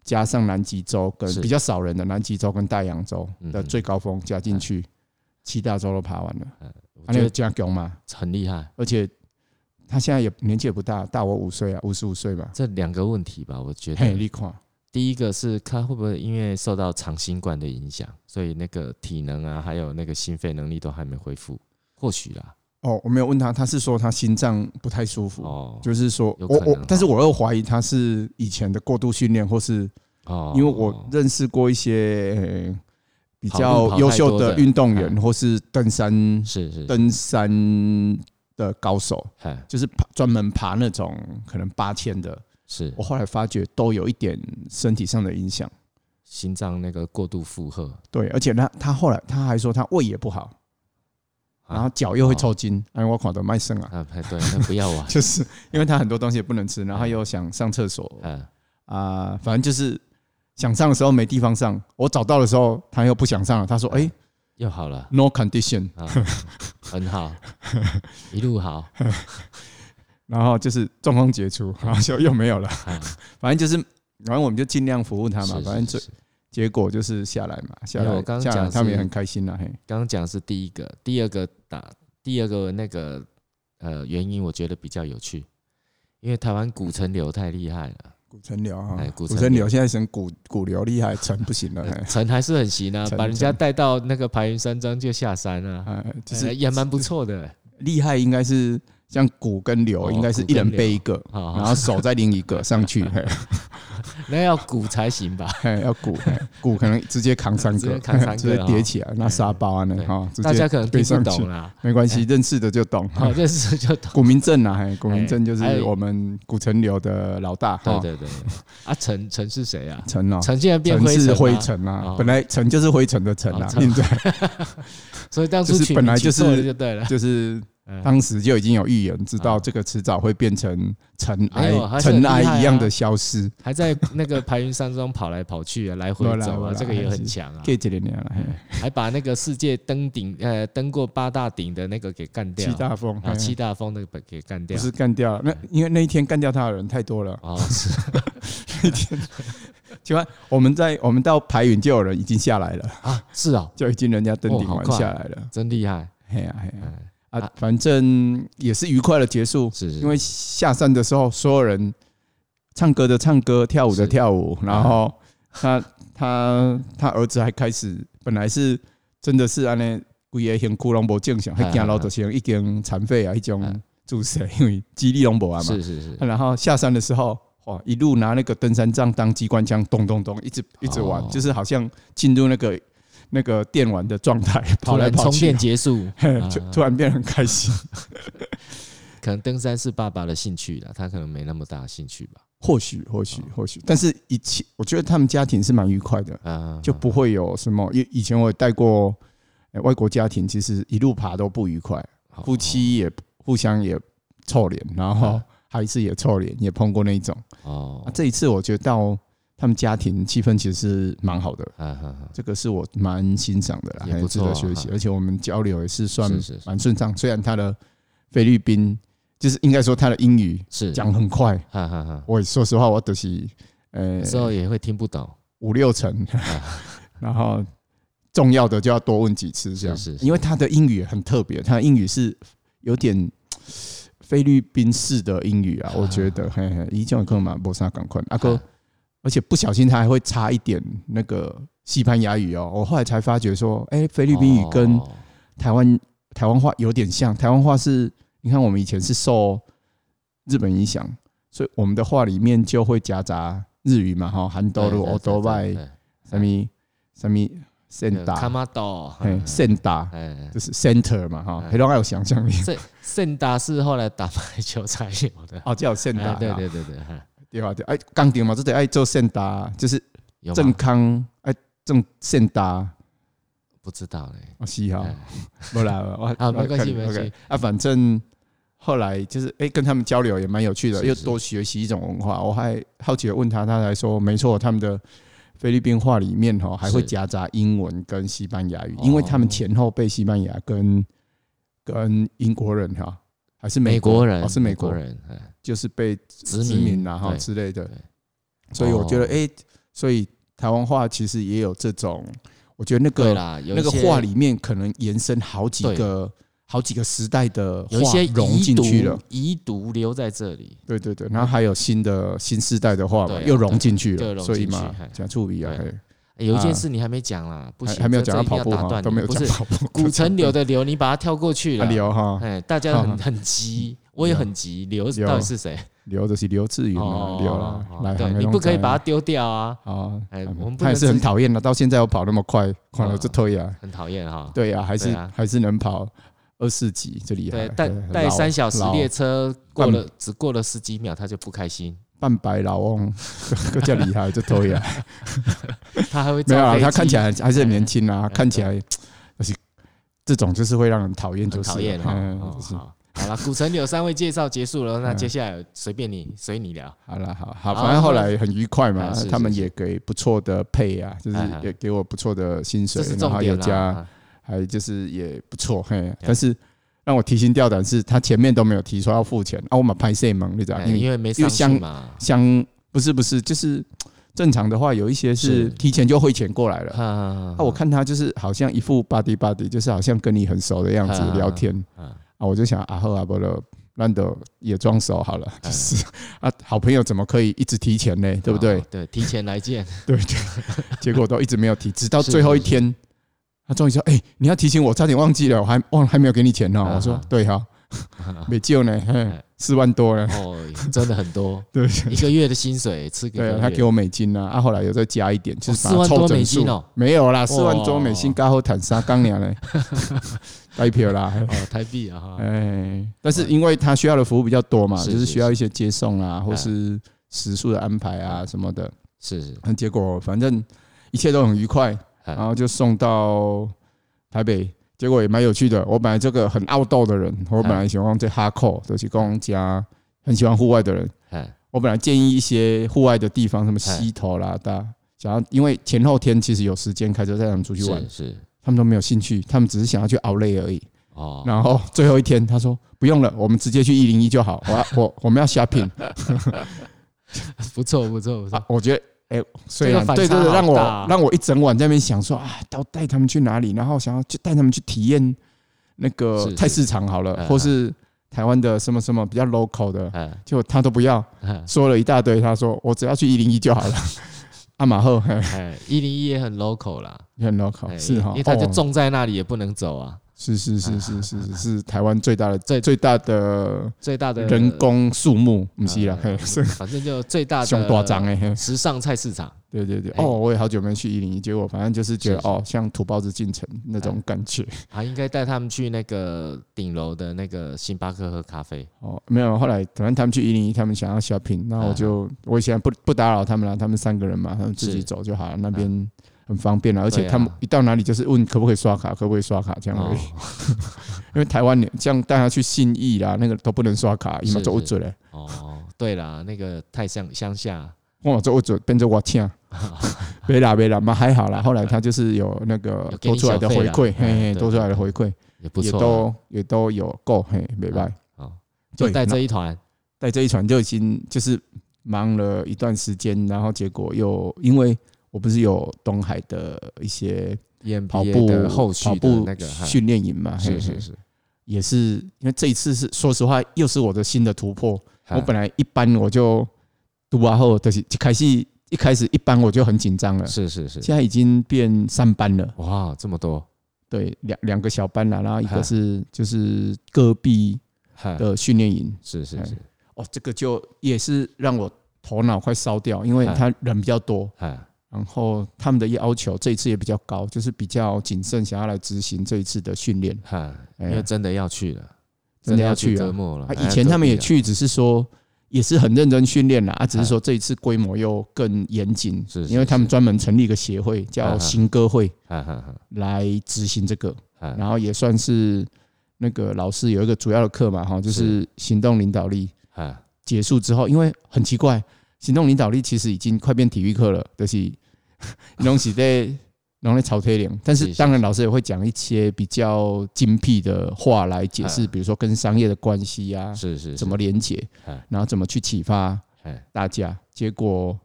[SPEAKER 2] 加上南极洲跟
[SPEAKER 3] 是
[SPEAKER 2] 比较少人的南极洲跟大洋洲的
[SPEAKER 3] 嗯哼
[SPEAKER 2] 最高峰加进去，七大洲都爬完了，
[SPEAKER 3] 我
[SPEAKER 2] 啊，
[SPEAKER 3] 觉
[SPEAKER 2] 那
[SPEAKER 3] 得
[SPEAKER 2] 加强嘛，
[SPEAKER 3] 很厉害。
[SPEAKER 2] 而且他现在也年纪也不大，大我五岁啊，五十五岁吧。
[SPEAKER 3] 这两个问题吧，我觉
[SPEAKER 2] 嘿，
[SPEAKER 3] 得
[SPEAKER 2] 你看，
[SPEAKER 3] 第一个是看会不会因为受到长新冠的影响，所以那个体能啊，还有那个心肺能力都还没恢复，或许啦。
[SPEAKER 2] 哦，我没有问他，他是说他心脏不太舒服，
[SPEAKER 3] 哦，
[SPEAKER 2] 就是说
[SPEAKER 3] 有
[SPEAKER 2] 我
[SPEAKER 3] 可能
[SPEAKER 2] 我，但是我又怀疑他是以前的过度训练，或是
[SPEAKER 3] 哦，
[SPEAKER 2] 因为我认识过一些、呃比较优秀的运动员，或是登山
[SPEAKER 3] 是是
[SPEAKER 2] 登山的高手，
[SPEAKER 3] 嗯
[SPEAKER 2] 就是爬专门爬那种可能八千的，
[SPEAKER 3] 是
[SPEAKER 2] 我后来发觉都有一点身体上的影响。
[SPEAKER 3] 心脏那个过度负荷，
[SPEAKER 2] 对，而且他他后来他还说他胃也不好，
[SPEAKER 3] 啊
[SPEAKER 2] 然后脚又会抽筋，哎，我看到卖肾啊，，
[SPEAKER 3] 啊，哎对，那不要玩
[SPEAKER 2] 就是因为他很多东西也不能吃，然后又想上厕所
[SPEAKER 3] 嗯，
[SPEAKER 2] 啊，反正就是想上的时候没地方上，我找到的时候他又不想上了，他说：“
[SPEAKER 3] 嗯
[SPEAKER 2] 哎
[SPEAKER 3] 又好了，
[SPEAKER 2] ，no condition。
[SPEAKER 3] 啊， 很 好，一路好，”
[SPEAKER 2] 然后就是状况解除，然后就又没有了。
[SPEAKER 3] 啊
[SPEAKER 2] 反正就是，反正我们就尽量服务他嘛，
[SPEAKER 3] 是
[SPEAKER 2] 反正
[SPEAKER 3] 是
[SPEAKER 2] 最
[SPEAKER 3] 是
[SPEAKER 2] 结果就是下来嘛，下
[SPEAKER 3] 没有
[SPEAKER 2] 来
[SPEAKER 3] 我刚刚
[SPEAKER 2] 下
[SPEAKER 3] 讲
[SPEAKER 2] 来
[SPEAKER 3] 的
[SPEAKER 2] 他们也
[SPEAKER 3] 是
[SPEAKER 2] 很开心了，嘿，
[SPEAKER 3] 刚刚讲的是第一个，第二个打第二个那个呃原因，我觉得比较有趣，因为台湾古城流太厉害 了，
[SPEAKER 2] 古城流啊
[SPEAKER 3] 哎，古
[SPEAKER 2] 古
[SPEAKER 3] 城
[SPEAKER 2] 城
[SPEAKER 3] 流
[SPEAKER 2] 流现在成骨骨流厉害，城不行了，嘿
[SPEAKER 3] 呃城还是很行啊，
[SPEAKER 2] 城
[SPEAKER 3] 把人家
[SPEAKER 2] 城
[SPEAKER 3] 带到那个白云山庄就下山啊，
[SPEAKER 2] 哎，就
[SPEAKER 3] 哎
[SPEAKER 2] 是
[SPEAKER 3] 也蛮不错的，
[SPEAKER 2] 厉害应该是像骨跟
[SPEAKER 3] 哦
[SPEAKER 2] 瘤，应该是一人背一个，
[SPEAKER 3] 好
[SPEAKER 2] 然后手再拎一 个上去，嘿
[SPEAKER 3] 那要鼓才行吧？
[SPEAKER 2] 嘿要骨嘿骨可能直接扛三
[SPEAKER 3] 直接
[SPEAKER 2] 个，
[SPEAKER 3] 扛三个哦
[SPEAKER 2] 直接叠起来，那沙包啊那
[SPEAKER 3] 对
[SPEAKER 2] 哈，直
[SPEAKER 3] 大
[SPEAKER 2] 接
[SPEAKER 3] 家可哎能
[SPEAKER 2] 背
[SPEAKER 3] 听不
[SPEAKER 2] 上去
[SPEAKER 3] 懂，啦，
[SPEAKER 2] 没关系，认识的就懂。哦
[SPEAKER 3] 好，认识就懂。
[SPEAKER 2] 古明镇啊，嘿古明镇就
[SPEAKER 3] 哎
[SPEAKER 2] 是我们古城流的老大
[SPEAKER 3] 对
[SPEAKER 2] 哈，
[SPEAKER 3] 对对，对啊，城城是谁啊？
[SPEAKER 2] 哦陈哦，
[SPEAKER 3] 城现在变
[SPEAKER 2] 陈是
[SPEAKER 3] 灰
[SPEAKER 2] 灰
[SPEAKER 3] 尘啊，
[SPEAKER 2] 尘啊
[SPEAKER 3] 哦，
[SPEAKER 2] 本来尘就是灰尘的尘
[SPEAKER 3] 哦
[SPEAKER 2] 啊，
[SPEAKER 3] 尘
[SPEAKER 2] 现在
[SPEAKER 3] 所以当初
[SPEAKER 2] 就是
[SPEAKER 3] 取
[SPEAKER 2] 本来
[SPEAKER 3] 取
[SPEAKER 2] 就是。
[SPEAKER 3] 错了就对了
[SPEAKER 2] 就是
[SPEAKER 3] 嗯
[SPEAKER 2] 当时就已经有预言，知
[SPEAKER 3] 啊
[SPEAKER 2] 道这个迟早会变成尘
[SPEAKER 3] 没有还
[SPEAKER 2] 埃，
[SPEAKER 3] 是很
[SPEAKER 2] 尘
[SPEAKER 3] 厉害啊
[SPEAKER 2] 埃一样的消失。
[SPEAKER 3] 还在那个白云山庄跑来跑去啊，来回
[SPEAKER 2] 没啦
[SPEAKER 3] 走
[SPEAKER 2] 没
[SPEAKER 3] 啊，
[SPEAKER 2] 啦
[SPEAKER 3] 这个也很强啊，
[SPEAKER 2] 给几年了，嘿
[SPEAKER 3] 还把那个世界登顶呃登过八大顶的那个给干掉，
[SPEAKER 2] 七大风，
[SPEAKER 3] 啊
[SPEAKER 2] 嘿
[SPEAKER 3] 七大风那个给干
[SPEAKER 2] 不
[SPEAKER 3] 掉，啊
[SPEAKER 2] 是干掉了，那因为那一天干掉他的人太多了。
[SPEAKER 3] 哦是
[SPEAKER 2] 请问我们在我们到排云就有人已经下来了，
[SPEAKER 3] 啊是哦，
[SPEAKER 2] 就已经人家登顶
[SPEAKER 3] 哦好
[SPEAKER 2] 完
[SPEAKER 3] 快
[SPEAKER 2] 下来了。
[SPEAKER 3] 真厉害，
[SPEAKER 2] 嘿呀嘿呀
[SPEAKER 3] 嗯啊
[SPEAKER 2] 啊，反正也是愉快的结束，
[SPEAKER 3] 是是，
[SPEAKER 2] 因为下山的时候所有人唱歌的唱歌，跳舞的
[SPEAKER 3] 是
[SPEAKER 2] 跳舞，然后他他他儿子还开始本来是真的是安尼。规个胸窟拢无正常，还
[SPEAKER 3] 嗯
[SPEAKER 2] 惊到
[SPEAKER 3] 嗯嗯
[SPEAKER 2] 就是已经残废啊，迄
[SPEAKER 3] 嗯
[SPEAKER 2] 种注射，因为肌力拢无啊嘛。
[SPEAKER 3] 是是是，
[SPEAKER 2] 然后下山的时候，哇，一路拿那个登山杖当机关枪，咚咚咚，一直一直玩，
[SPEAKER 3] 哦
[SPEAKER 2] 就是好像进入那个那个电玩的 状态，跑
[SPEAKER 3] 突
[SPEAKER 2] 来
[SPEAKER 3] 然
[SPEAKER 2] 跑
[SPEAKER 3] 充
[SPEAKER 2] 去啊
[SPEAKER 3] 电，结束，
[SPEAKER 2] 嘿
[SPEAKER 3] 啊
[SPEAKER 2] 就突然变得很 开心。
[SPEAKER 3] 可能登山是爸爸的兴趣了，他可能没那么大的兴趣吧，
[SPEAKER 2] 或许，或许，或许，哦但是一切，我觉得他们家庭是蛮愉快的，
[SPEAKER 3] 啊
[SPEAKER 2] 就不会有什么。以以前我也带过呃外国家庭，其实一路爬都不愉快，
[SPEAKER 3] 好
[SPEAKER 2] 夫妻也互相也臭脸，然后
[SPEAKER 3] 嗯
[SPEAKER 2] 孩子也臭脸，也碰过那一种。
[SPEAKER 3] 哦
[SPEAKER 2] 啊，，这一次我觉得到他们家庭气氛其实是蛮好的，
[SPEAKER 3] 啊哈哈，
[SPEAKER 2] 这个是我蛮欣赏的啦，
[SPEAKER 3] 也
[SPEAKER 2] 还
[SPEAKER 3] 不
[SPEAKER 2] 值
[SPEAKER 3] 错啊
[SPEAKER 2] 得学习，
[SPEAKER 3] 哈
[SPEAKER 2] 而且我们交流也是算
[SPEAKER 3] 是是是
[SPEAKER 2] 蛮顺畅。虽然他的菲律宾就是应该说他的英语
[SPEAKER 3] 是，
[SPEAKER 2] 讲很快，
[SPEAKER 3] 哈哈哈，
[SPEAKER 2] 我说实话我都是呃
[SPEAKER 3] 有时候也会听不懂，
[SPEAKER 2] 五六成，
[SPEAKER 3] 啊
[SPEAKER 2] 然后重要的就要多问几次这样，
[SPEAKER 3] 是是是
[SPEAKER 2] 因为他的英语很特别，他的英语是有点。菲律宾式的英语啊，我觉得，嘿嘿，一种可能嘛，没啥赶快，阿哥
[SPEAKER 3] 啊，
[SPEAKER 2] 而且不小心他还会插一点那个西班牙语哦。我后来才发觉说，哎、菲律宾语跟
[SPEAKER 3] 哦
[SPEAKER 2] 台湾台湾话有点像，台湾话是你看我们以前是受日本影响，所以我们的话里面就会夹杂日语嘛，哈，韩
[SPEAKER 3] 对
[SPEAKER 2] 多路、
[SPEAKER 3] 对
[SPEAKER 2] 欧多拜
[SPEAKER 3] 对、对
[SPEAKER 2] 什么什么
[SPEAKER 3] 对
[SPEAKER 2] center，
[SPEAKER 3] 卡马岛，
[SPEAKER 2] 嘿，center
[SPEAKER 3] 嗯，
[SPEAKER 2] 就是 center 嘛，哈，
[SPEAKER 3] 嗯
[SPEAKER 2] 黑龙还有想象力，
[SPEAKER 3] 这圣达是后来打排球才有的，
[SPEAKER 2] 哦，叫
[SPEAKER 3] 哎
[SPEAKER 2] center，
[SPEAKER 3] 对
[SPEAKER 2] 啊
[SPEAKER 3] 对对对，哎
[SPEAKER 2] 对吧？对，哎，钢顶嘛，这得爱做 center，就是
[SPEAKER 3] 有
[SPEAKER 2] 正
[SPEAKER 3] 吗？
[SPEAKER 2] 康，哎，正 center。
[SPEAKER 3] 不知道嘞，
[SPEAKER 2] 哦，是哈、
[SPEAKER 3] 哎
[SPEAKER 2] 不啦，我
[SPEAKER 3] 好没关系
[SPEAKER 2] 我
[SPEAKER 3] 没关系
[SPEAKER 2] OK 啊，反正后来就是哎、跟他们交流也蛮有趣的，
[SPEAKER 3] 是
[SPEAKER 2] 又
[SPEAKER 3] 是
[SPEAKER 2] 多学习一种文化。我还好奇的问他，他才说没错，他们的菲律宾话里面哈还会
[SPEAKER 3] 是
[SPEAKER 2] 夹杂英文跟西班牙语
[SPEAKER 3] 哦，
[SPEAKER 2] 因为他们前后被西班牙跟跟英国人哈。还是
[SPEAKER 3] 美
[SPEAKER 2] 国
[SPEAKER 3] 国人
[SPEAKER 2] 哦、是
[SPEAKER 3] 美
[SPEAKER 2] 美国，
[SPEAKER 3] 人，哎
[SPEAKER 2] 就是被
[SPEAKER 3] 殖民
[SPEAKER 2] 殖民啦哈
[SPEAKER 3] 对
[SPEAKER 2] 之类的
[SPEAKER 3] 对，
[SPEAKER 2] 所以我觉得
[SPEAKER 3] 哦
[SPEAKER 2] 哎、所以台湾话其实也有这种，我觉得那个
[SPEAKER 3] 对啦，有
[SPEAKER 2] 那
[SPEAKER 3] 一
[SPEAKER 2] 个
[SPEAKER 3] 些
[SPEAKER 2] 画里面可能延伸好几个好几个时代的
[SPEAKER 3] 有一
[SPEAKER 2] 画
[SPEAKER 3] 些
[SPEAKER 2] 融
[SPEAKER 3] 遗
[SPEAKER 2] 进去了
[SPEAKER 3] 毒，，遗毒留在这里，
[SPEAKER 2] 对对对，然后还有新的新时代的画嘛，
[SPEAKER 3] 对啊
[SPEAKER 2] 又融进去
[SPEAKER 3] 对又
[SPEAKER 2] 了，
[SPEAKER 3] 融
[SPEAKER 2] 所以
[SPEAKER 3] 进去
[SPEAKER 2] 嘛
[SPEAKER 3] 嘿，
[SPEAKER 2] 讲处理啊，
[SPEAKER 3] 对
[SPEAKER 2] 嘿
[SPEAKER 3] 哎有一件
[SPEAKER 2] 啊
[SPEAKER 3] 事你还没讲啦，不
[SPEAKER 2] 还
[SPEAKER 3] 行，
[SPEAKER 2] 还没有
[SPEAKER 3] 这
[SPEAKER 2] 讲到
[SPEAKER 3] 这一定要
[SPEAKER 2] 跑步
[SPEAKER 3] 打
[SPEAKER 2] 哈，
[SPEAKER 3] 断
[SPEAKER 2] 都
[SPEAKER 3] 你
[SPEAKER 2] 没有
[SPEAKER 3] 不
[SPEAKER 2] 讲
[SPEAKER 3] 是
[SPEAKER 2] 跑步，
[SPEAKER 3] 古 城流的流，你把它跳过去
[SPEAKER 2] 啊
[SPEAKER 3] 了，
[SPEAKER 2] 流哈，
[SPEAKER 3] 哎，大家很
[SPEAKER 2] 啊
[SPEAKER 3] 很急，我也很急，流
[SPEAKER 2] 流
[SPEAKER 3] 到底是谁？
[SPEAKER 2] 流就是刘志云啊，流
[SPEAKER 3] 哦
[SPEAKER 2] 了，，
[SPEAKER 3] 哦
[SPEAKER 2] 来
[SPEAKER 3] 对，你不可以把它丢掉啊，
[SPEAKER 2] 啊，
[SPEAKER 3] 哎
[SPEAKER 2] 嗯
[SPEAKER 3] 我们不
[SPEAKER 2] 他也
[SPEAKER 3] 能
[SPEAKER 2] 是很
[SPEAKER 3] 自己
[SPEAKER 2] 讨厌的，啊到现在我跑那么快，快了
[SPEAKER 3] 嗯
[SPEAKER 2] 就退啊，
[SPEAKER 3] 很讨厌哈。
[SPEAKER 2] 对啊，还
[SPEAKER 3] 对
[SPEAKER 2] 是
[SPEAKER 3] 啊
[SPEAKER 2] 还是能跑二四级，这里
[SPEAKER 3] 对，
[SPEAKER 2] 还
[SPEAKER 3] 带带三小时列车过
[SPEAKER 2] 老
[SPEAKER 3] 了，只过了十几秒，他就不开心，
[SPEAKER 2] 半白老翁， 这叫厉害，就退啊。
[SPEAKER 3] 他还会
[SPEAKER 2] 没有
[SPEAKER 3] 造
[SPEAKER 2] 啊，
[SPEAKER 3] 飞
[SPEAKER 2] 他
[SPEAKER 3] 机嗯
[SPEAKER 2] 看起来还是很年轻啊，
[SPEAKER 3] 对
[SPEAKER 2] 看起来就是这种就是会让人讨厌，就
[SPEAKER 3] 很
[SPEAKER 2] 是了
[SPEAKER 3] 讨厌哈。
[SPEAKER 2] 嗯
[SPEAKER 3] 哦
[SPEAKER 2] 就是
[SPEAKER 3] 好，好了，古城柳三位介绍结束 了，那
[SPEAKER 2] 嗯
[SPEAKER 3] 接下来随便你，随你聊。
[SPEAKER 2] 好了，好好，
[SPEAKER 3] 好
[SPEAKER 2] 反正后来很愉快
[SPEAKER 3] 啊
[SPEAKER 2] 嘛
[SPEAKER 3] 是是，
[SPEAKER 2] 他们也给不错的配啊，就是
[SPEAKER 3] 哎哎
[SPEAKER 2] 也给我不错的薪水
[SPEAKER 3] 这是，
[SPEAKER 2] 然
[SPEAKER 3] 重
[SPEAKER 2] 后有
[SPEAKER 3] 点
[SPEAKER 2] 加，
[SPEAKER 3] 啦。嗯
[SPEAKER 2] 还就是也不错，嘿，但是让我提心吊胆是，他前面都没有提说要付钱啊，我们拍摄嘛，你知道
[SPEAKER 3] 哎，
[SPEAKER 2] 因为
[SPEAKER 3] 因为没上去
[SPEAKER 2] 香
[SPEAKER 3] 嘛，
[SPEAKER 2] 像不是不是，就是正常的话，有一些
[SPEAKER 3] 是
[SPEAKER 2] 是提前就汇钱过来了。
[SPEAKER 3] 啊
[SPEAKER 2] 啊，我看他就是好像一副 buddy buddy，就是好像跟你很熟的样子
[SPEAKER 3] 啊
[SPEAKER 2] 聊天，
[SPEAKER 3] 嗯
[SPEAKER 2] 啊，我就想啊，后啊不了，难得也装熟好了，就是啊，好朋友怎么可以一直提前呢？对不 对
[SPEAKER 3] 好？哎哦对，啊提前来 见，
[SPEAKER 2] 对对，结果都一直没有提，直到
[SPEAKER 3] 是
[SPEAKER 2] 最后一
[SPEAKER 3] 是
[SPEAKER 2] 天，他终于说：“哎，你要提醒我，差点忘记了，我还忘了还没有给你钱呢。”哦
[SPEAKER 3] 啊
[SPEAKER 2] 我说
[SPEAKER 3] 啊：“
[SPEAKER 2] 对哈，没救呢，嘿
[SPEAKER 3] 哎
[SPEAKER 2] 四万多呢，
[SPEAKER 3] 哦，真的很多，
[SPEAKER 2] 对
[SPEAKER 3] 一个月的薪水吃给
[SPEAKER 2] 对啊，他给
[SPEAKER 3] 我
[SPEAKER 2] 我美金啊，啊，后来有再加一点，就是
[SPEAKER 3] 哦4
[SPEAKER 2] 把它
[SPEAKER 3] 万多
[SPEAKER 2] 凑整
[SPEAKER 3] 美金
[SPEAKER 2] 数
[SPEAKER 3] 哦，
[SPEAKER 2] 没有啦，四万多美
[SPEAKER 3] 哦
[SPEAKER 2] 金，刚好坦沙刚 娘呢，代票啦，嘿
[SPEAKER 3] 哦台币啊哈，
[SPEAKER 2] 哎，但是因为他需要的服务比较多嘛，
[SPEAKER 3] 是
[SPEAKER 2] 就是是需要一些接送啊，
[SPEAKER 3] 是哎
[SPEAKER 2] 或是食宿的安排啊什么的。
[SPEAKER 3] 是是，
[SPEAKER 2] 那结果反正一切都很愉快，
[SPEAKER 3] 嗯
[SPEAKER 2] 然后就送到台北。结果也蛮有趣的。我本来这个很傲斗的人，我本来喜欢这哈扣，就是公家很喜欢户外的人。
[SPEAKER 3] 哎
[SPEAKER 2] 我本来建议一些户外的地方，什么溪头啦，大想要，因为前后天其实有时间开车带他们出去玩
[SPEAKER 3] 是，是
[SPEAKER 2] 他们都没有兴趣，他们只是想要去熬累而已。
[SPEAKER 3] 哦，
[SPEAKER 2] 然后最后一天，他说不用了，我们直接去一零一就好。 我要我我们要 shopping
[SPEAKER 3] 不错不错不
[SPEAKER 2] 啊
[SPEAKER 3] 错，！
[SPEAKER 2] 我觉得，哎，虽
[SPEAKER 3] 这
[SPEAKER 2] 然
[SPEAKER 3] 个反差
[SPEAKER 2] 对对
[SPEAKER 3] 好
[SPEAKER 2] 对，
[SPEAKER 3] 大
[SPEAKER 2] 让我
[SPEAKER 3] 啊
[SPEAKER 2] 让我一整晚在那边想说啊，到带他们去哪里，然后想要去带他们去体验那
[SPEAKER 3] 是
[SPEAKER 2] 个
[SPEAKER 3] 是
[SPEAKER 2] 菜市场好
[SPEAKER 3] 嗯
[SPEAKER 2] 了
[SPEAKER 3] 嗯，
[SPEAKER 2] 或是台湾的什么什么比较 local 的，
[SPEAKER 3] 哎
[SPEAKER 2] 结果他都不要，
[SPEAKER 3] 哎
[SPEAKER 2] 说了一大堆，他说我只要去一零一就好 了。阿马赫嘿
[SPEAKER 3] 哎，一零一也很 local 啦，
[SPEAKER 2] 很
[SPEAKER 3] 哎
[SPEAKER 2] local，是哈
[SPEAKER 3] 因为，他就
[SPEAKER 2] 哦
[SPEAKER 3] 种在那里也不能走啊，
[SPEAKER 2] 是是是是是是是台湾最大的
[SPEAKER 3] 最
[SPEAKER 2] 最最大的
[SPEAKER 3] 最大的
[SPEAKER 2] 人工树木，不
[SPEAKER 3] 呃
[SPEAKER 2] 是啦，嘿是
[SPEAKER 3] 反正就最大的
[SPEAKER 2] 熊大张诶，嘿
[SPEAKER 3] 时尚菜市场，
[SPEAKER 2] 对对对，
[SPEAKER 3] 哎
[SPEAKER 2] 哦，我也好久没去一零一，结果反正就是觉得
[SPEAKER 3] 是是
[SPEAKER 2] 哦，像土包子进城那种感觉。
[SPEAKER 3] 啊，应该带他们去那个顶楼的那个星巴克喝咖啡，
[SPEAKER 2] 哦，没有，后来反正他们去一零一，他们想要 shopping，那我就
[SPEAKER 3] 啊
[SPEAKER 2] 我以前不不打扰他们了，他们三个人嘛，他们自己
[SPEAKER 3] 是
[SPEAKER 2] 走就好了，那边很方便了，而且
[SPEAKER 3] 对啊
[SPEAKER 2] 他们一到哪里就是问可不可以刷卡，可不可以刷卡这样而
[SPEAKER 3] 哦
[SPEAKER 2] 已。 因为台湾你像带他去信义啦，那个都不能刷卡，
[SPEAKER 3] 是
[SPEAKER 2] 伊嘛做不准嘞，
[SPEAKER 3] 哦，对啦，那个太乡乡下，
[SPEAKER 2] 我做不准，变成我请。 没啦没啦，嘛还好啦。后来他就是有那个
[SPEAKER 3] 有给你
[SPEAKER 2] 多出来的
[SPEAKER 3] 小费
[SPEAKER 2] 回
[SPEAKER 3] 啦
[SPEAKER 2] 馈，嘿
[SPEAKER 3] 哎
[SPEAKER 2] 嘿，
[SPEAKER 3] 对
[SPEAKER 2] 多出来的回馈。
[SPEAKER 3] 也不
[SPEAKER 2] 也
[SPEAKER 3] 错啊啦，
[SPEAKER 2] 都也都有够嘿，没拜。
[SPEAKER 3] 哦，就带这一团，
[SPEAKER 2] 带这一船就已经就是忙了一段时间，然后结果又因为我不是有东海的一些
[SPEAKER 3] EMBA
[SPEAKER 2] 跑步
[SPEAKER 3] 的后续
[SPEAKER 2] 跑
[SPEAKER 3] 的
[SPEAKER 2] 步
[SPEAKER 3] 那个哈
[SPEAKER 2] 训练营嘛，嘿
[SPEAKER 3] 是是
[SPEAKER 2] 嘿
[SPEAKER 3] 是，
[SPEAKER 2] 也是因为这一次是说实话又是我的新的突破。
[SPEAKER 3] 哈
[SPEAKER 2] 我本来一般我就读完后就是一开始一开始一般我就很紧张了，
[SPEAKER 3] 是是是，
[SPEAKER 2] 现在已经变三班了。
[SPEAKER 3] 哇，这么多，
[SPEAKER 2] 对，两两个小班啦，然后一
[SPEAKER 3] 哈
[SPEAKER 2] 个是就是戈壁
[SPEAKER 3] 嗨
[SPEAKER 2] 的训练营。
[SPEAKER 3] 是是
[SPEAKER 2] 哎
[SPEAKER 3] 是，
[SPEAKER 2] 哦，这个就也是让我头脑快烧掉，因为
[SPEAKER 3] 哎
[SPEAKER 2] 他人比较多，
[SPEAKER 3] 哎
[SPEAKER 2] 然后他们的要求这一次也比较高，就是比较谨慎，想要来执行这一次的训练。
[SPEAKER 3] 嗨，因
[SPEAKER 2] 哎
[SPEAKER 3] 为真的要去了，
[SPEAKER 2] 真的要
[SPEAKER 3] 去
[SPEAKER 2] 去
[SPEAKER 3] 折
[SPEAKER 2] 啊！
[SPEAKER 3] 磨了哎
[SPEAKER 2] 啊，以前他们也
[SPEAKER 3] 去。
[SPEAKER 2] 去，只是说也是很认真训练啦，啊，只
[SPEAKER 3] 哎
[SPEAKER 2] 是说这一次规模又更严谨，
[SPEAKER 3] 是是
[SPEAKER 2] 因为他们
[SPEAKER 3] 是
[SPEAKER 2] 专门成立一个协会
[SPEAKER 3] 哎
[SPEAKER 2] 叫
[SPEAKER 3] 哎
[SPEAKER 2] 新歌会
[SPEAKER 3] 哈哈哈
[SPEAKER 2] 来执行这个，
[SPEAKER 3] 哈
[SPEAKER 2] 然后也算是那个老师有一个主要的课嘛，哈，就是行动领导力。
[SPEAKER 3] 哈
[SPEAKER 2] 结束之后，因为很奇怪，行动领导力其实已经快变体育课了，就是 拢是在 拢在炒推脸，但
[SPEAKER 3] 是
[SPEAKER 2] 是
[SPEAKER 3] 是
[SPEAKER 2] 当然老师也会讲一些比较精辟的话来解释，
[SPEAKER 3] 嗯
[SPEAKER 2] 比如说跟商业的关系呀、
[SPEAKER 3] 是是
[SPEAKER 2] 啊怎么连结
[SPEAKER 3] 嗯，
[SPEAKER 2] 然后怎么去启发
[SPEAKER 3] 哎
[SPEAKER 2] 大家。结果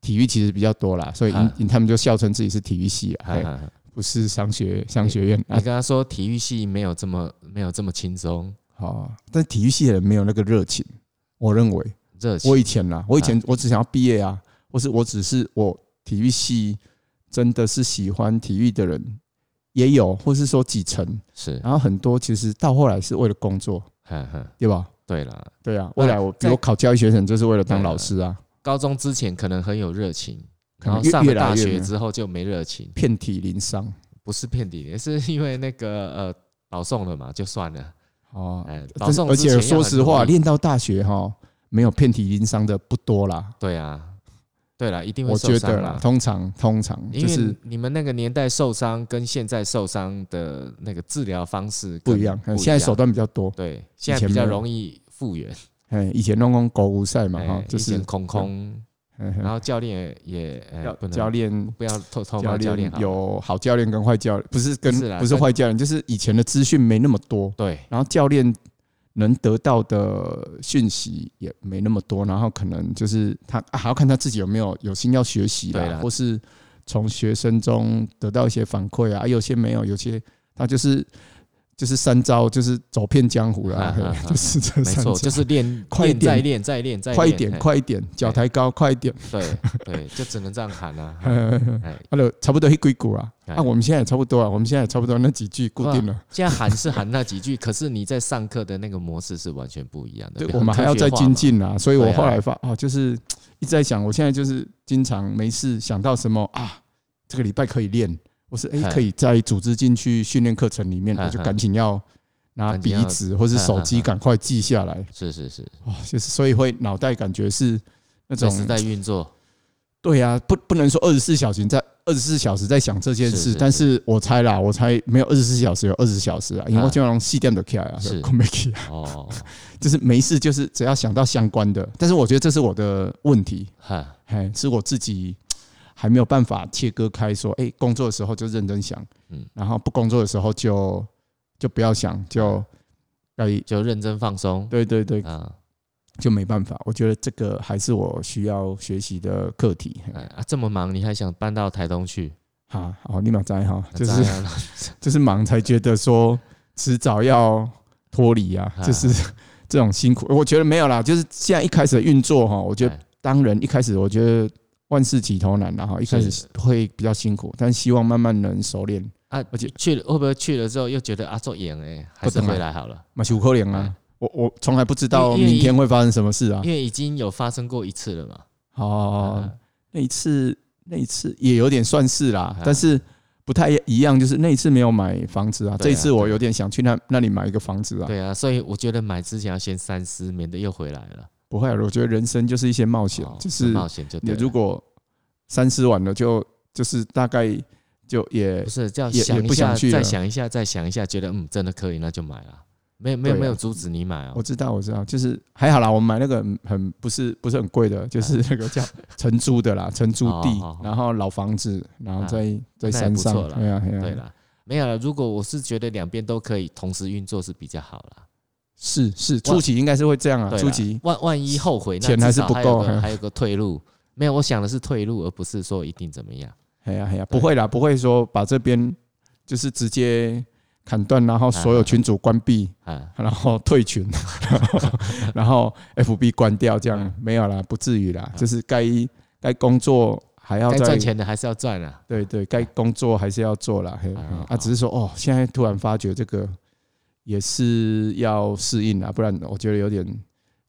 [SPEAKER 2] 体育其实比较多啦，所以
[SPEAKER 3] 嗯
[SPEAKER 2] 因他们就笑称自己是体育系啊，
[SPEAKER 3] 哈
[SPEAKER 2] 嘿
[SPEAKER 3] 哈，
[SPEAKER 2] 不是商学商学院
[SPEAKER 3] 哎你
[SPEAKER 2] 啊
[SPEAKER 3] 跟。他说体育系没有这么没有这么轻松
[SPEAKER 2] 好，哦但体育系的人没有那个热情，我认为。
[SPEAKER 3] 热情
[SPEAKER 2] 我以前
[SPEAKER 3] 啊
[SPEAKER 2] 啦，我以前我只想要毕业啊，或是我只是我体育系真的是喜欢体育的人也有，或是说几成，
[SPEAKER 3] 是
[SPEAKER 2] 然后很多其实到后来是为了工作，
[SPEAKER 3] 哈哈，
[SPEAKER 2] 对吧？
[SPEAKER 3] 对了，
[SPEAKER 2] 对啊，
[SPEAKER 3] 那
[SPEAKER 2] 未来我比
[SPEAKER 3] 在
[SPEAKER 2] 如考教育学生就是为了当老师啊，
[SPEAKER 3] 高中之前可能很有热情，
[SPEAKER 2] 可
[SPEAKER 3] 然
[SPEAKER 2] 能
[SPEAKER 3] 后
[SPEAKER 2] 越
[SPEAKER 3] 上
[SPEAKER 2] 越
[SPEAKER 3] 了
[SPEAKER 2] 来
[SPEAKER 3] 大
[SPEAKER 2] 越没
[SPEAKER 3] 学
[SPEAKER 2] 有
[SPEAKER 3] 之后就没热情，
[SPEAKER 2] 遍体鳞伤
[SPEAKER 3] 不是骗你，是因为那个呃保送了嘛，就算了，
[SPEAKER 2] 哦。
[SPEAKER 3] 哎，保
[SPEAKER 2] 但是
[SPEAKER 3] 送
[SPEAKER 2] 而
[SPEAKER 3] 之前
[SPEAKER 2] 且
[SPEAKER 3] 要
[SPEAKER 2] 说
[SPEAKER 3] 很
[SPEAKER 2] 实话，
[SPEAKER 3] 努力
[SPEAKER 2] 练到大学哈，没有遍体鳞伤的不多啦，
[SPEAKER 3] 对啊，对了，一定会
[SPEAKER 2] 我
[SPEAKER 3] 受
[SPEAKER 2] 觉
[SPEAKER 3] 伤
[SPEAKER 2] 得
[SPEAKER 3] 啦
[SPEAKER 2] 啦，通常通常
[SPEAKER 3] 因
[SPEAKER 2] 就是
[SPEAKER 3] 为你们那个年代受伤跟现在受伤的那个治疗方式
[SPEAKER 2] 不
[SPEAKER 3] 更
[SPEAKER 2] 一样，
[SPEAKER 3] 不一
[SPEAKER 2] 现在手段比较多。
[SPEAKER 3] 对，现在
[SPEAKER 2] 前
[SPEAKER 3] 比较
[SPEAKER 2] 没有
[SPEAKER 3] 容易复原，
[SPEAKER 2] 哎，以前弄弄狗无赛嘛哈
[SPEAKER 3] 哎，
[SPEAKER 2] 就
[SPEAKER 3] 以前
[SPEAKER 2] 是
[SPEAKER 3] 空空，
[SPEAKER 2] 嗯哼
[SPEAKER 3] 然后教练也哎
[SPEAKER 2] 要
[SPEAKER 3] 不能
[SPEAKER 2] 教练
[SPEAKER 3] 不要偷偷骂
[SPEAKER 2] 教
[SPEAKER 3] 哦教练
[SPEAKER 2] 练
[SPEAKER 3] 好了
[SPEAKER 2] 有好教练跟坏教练，不是跟
[SPEAKER 3] 是啦
[SPEAKER 2] 不是
[SPEAKER 3] 跟
[SPEAKER 2] 坏教练，就是以前的资讯没那么多，
[SPEAKER 3] 对
[SPEAKER 2] 然后教练能得到的讯息也没那么多，然后可能就是他、啊还要看他自己有没有有心要学习
[SPEAKER 3] 对
[SPEAKER 2] 啦
[SPEAKER 3] 啦，
[SPEAKER 2] 或是从学生中得到一些反馈啊，啊有些没有，有些他就是就是三招，就是走遍江湖
[SPEAKER 3] 啊啊
[SPEAKER 2] 啦，
[SPEAKER 3] 啊
[SPEAKER 2] 嘿 就是这
[SPEAKER 3] 没
[SPEAKER 2] 三招
[SPEAKER 3] 错，，就是练
[SPEAKER 2] 快
[SPEAKER 3] 练
[SPEAKER 2] 一点
[SPEAKER 3] 再练再练再
[SPEAKER 2] 快一
[SPEAKER 3] 练
[SPEAKER 2] 点，
[SPEAKER 3] 哎
[SPEAKER 2] 快一点，脚抬高，快一点。
[SPEAKER 3] 对对，就只能这样喊 啊，哎，
[SPEAKER 2] 啊，就差不多迄几句啊，
[SPEAKER 3] 哎
[SPEAKER 2] 啊，我们现在也差不多啊，我们现在也差不多那几句固定了，
[SPEAKER 3] 现在喊是喊那几句，可是你在上课的那个模式是完全不一样的
[SPEAKER 2] 对，，
[SPEAKER 3] 比较
[SPEAKER 2] 我们还
[SPEAKER 3] 科
[SPEAKER 2] 要
[SPEAKER 3] 学
[SPEAKER 2] 再
[SPEAKER 3] 化
[SPEAKER 2] 精
[SPEAKER 3] 嘛，
[SPEAKER 2] 进啊，所以
[SPEAKER 3] 对
[SPEAKER 2] 我
[SPEAKER 3] 啊
[SPEAKER 2] 后来发哦，就是一直在想，我现在就是经常没事想到什么啊，这个礼拜可以练，我是哎
[SPEAKER 3] 哎
[SPEAKER 2] 可以再组织进去训练课程里面，
[SPEAKER 3] 哎
[SPEAKER 2] 我就
[SPEAKER 3] 哎
[SPEAKER 2] 赶紧要拿
[SPEAKER 3] 赶紧
[SPEAKER 2] 笔
[SPEAKER 3] 要
[SPEAKER 2] 纸或是
[SPEAKER 3] 哎
[SPEAKER 2] 手
[SPEAKER 3] 哎
[SPEAKER 2] 机
[SPEAKER 3] 哎
[SPEAKER 2] 赶快记下来，
[SPEAKER 3] 是是是，
[SPEAKER 2] 哇，就是所以会脑袋感觉是那
[SPEAKER 3] 这
[SPEAKER 2] 种
[SPEAKER 3] 是在运作，
[SPEAKER 2] 对啊，不不能说二十四小时在二十四小时在想这件事，
[SPEAKER 3] 是是
[SPEAKER 2] 但是我猜啦，我猜没有二十四小时有二十小时啊，因为我经常细点的 K 啊，
[SPEAKER 3] 是
[SPEAKER 2] 困没起来，
[SPEAKER 3] 哦，
[SPEAKER 2] 就是没事，就是只要想到相关的，但是我觉得这是我的问题，
[SPEAKER 3] 哈，
[SPEAKER 2] 嘿，是我自己还没有办法切割开说，哎、工作的时候就认真想，
[SPEAKER 3] 嗯
[SPEAKER 2] 嗯，然后不工作的时候就就不要想，就该
[SPEAKER 3] 就认真放松，
[SPEAKER 2] 对对对，
[SPEAKER 3] 啊，
[SPEAKER 2] 就没办法，我觉得这个还是我需要学习的课题。嘿
[SPEAKER 3] 哎啊，这么忙你还想搬到台东去？啊
[SPEAKER 2] 好，好，立马摘哈，就是
[SPEAKER 3] 当。然了
[SPEAKER 2] 就是忙才觉得说迟早要脱离啊，
[SPEAKER 3] 啊
[SPEAKER 2] 就是 这种辛苦。我觉得没有啦，就是现在一开始的运作哈，我 觉得
[SPEAKER 3] 哎
[SPEAKER 2] 当然一开始我觉得万事起头难啦哈，一开始会比较辛苦，但希望慢慢能熟练。
[SPEAKER 3] 啊，
[SPEAKER 2] 而且
[SPEAKER 3] 去了会不会去了之后又觉得啊做演哎，还
[SPEAKER 2] 不
[SPEAKER 3] 是
[SPEAKER 2] 懂啊
[SPEAKER 3] 回来好了，
[SPEAKER 2] 马修科连啊
[SPEAKER 3] 哎，
[SPEAKER 2] 我我从来不知道
[SPEAKER 3] 因为
[SPEAKER 2] 明天会发生什么事啊
[SPEAKER 3] 因。为已经有发生过一次了嘛。
[SPEAKER 2] 哦
[SPEAKER 3] 啊，
[SPEAKER 2] 那一次那一次也有点算是啦
[SPEAKER 3] 啊，
[SPEAKER 2] 但是。不太一样，就是那一次没有买房子啊，
[SPEAKER 3] 对啊
[SPEAKER 2] 这一次我
[SPEAKER 3] 对啊
[SPEAKER 2] 有点想去那那里买一个房子啊。
[SPEAKER 3] 对啊，所以我觉得买之前要先三思，免得又回来了。
[SPEAKER 2] 不会啊，我觉得人生就是一些冒险
[SPEAKER 3] 哦，
[SPEAKER 2] 就是
[SPEAKER 3] 冒险就
[SPEAKER 2] 你
[SPEAKER 3] 对了。
[SPEAKER 2] 如果三思完了就，就是大概就也
[SPEAKER 3] 不是叫
[SPEAKER 2] 也
[SPEAKER 3] 想
[SPEAKER 2] 也
[SPEAKER 3] 一
[SPEAKER 2] 不想
[SPEAKER 3] 下，
[SPEAKER 2] 去
[SPEAKER 3] 再
[SPEAKER 2] 了
[SPEAKER 3] 想一下，再想一下，觉得嗯真的可以，那就买了。没有没有
[SPEAKER 2] 对啊
[SPEAKER 3] 没有阻止你买哦
[SPEAKER 2] 我。知道我知道，就是还好啦，我买那个很很不是不是很贵的，就是那个叫承租的 啦，承租地
[SPEAKER 3] 啊哦哦哦，啊
[SPEAKER 2] 然后老房子，然后在
[SPEAKER 3] 那也
[SPEAKER 2] 在山
[SPEAKER 3] 不错
[SPEAKER 2] 上，
[SPEAKER 3] 啦
[SPEAKER 2] 对啊对
[SPEAKER 3] 对
[SPEAKER 2] 啊，
[SPEAKER 3] 啦，没有啦。如果我是觉得两边都可以同时运作是比较好啦。
[SPEAKER 2] 是是初期应该是会这样啊，
[SPEAKER 3] 对啦
[SPEAKER 2] 初期
[SPEAKER 3] 万万一后悔，那
[SPEAKER 2] 钱
[SPEAKER 3] 至
[SPEAKER 2] 还是
[SPEAKER 3] 少
[SPEAKER 2] 不
[SPEAKER 3] 还有
[SPEAKER 2] 够
[SPEAKER 3] 个
[SPEAKER 2] 啊
[SPEAKER 3] 还有个退路。没有，我想的是退路，而不是说一定怎么样。
[SPEAKER 2] 哎呀哎呀，
[SPEAKER 3] 对
[SPEAKER 2] 不会啦，不会说把这边就是直接砍断，然后所有群主关闭，
[SPEAKER 3] 啊，
[SPEAKER 2] 然后退群，然后然后 FB 关掉，这
[SPEAKER 3] 嗯
[SPEAKER 2] 样没有啦，不至于啦，就是该该工作还要
[SPEAKER 3] 该
[SPEAKER 2] 再
[SPEAKER 3] 赚钱的还是要赚啊。
[SPEAKER 2] 对对，该工作还是要做啦。嘿
[SPEAKER 3] 啊好
[SPEAKER 2] 啊，只是说哦，现在突然发觉这个也是要适应啊，不然我觉得有点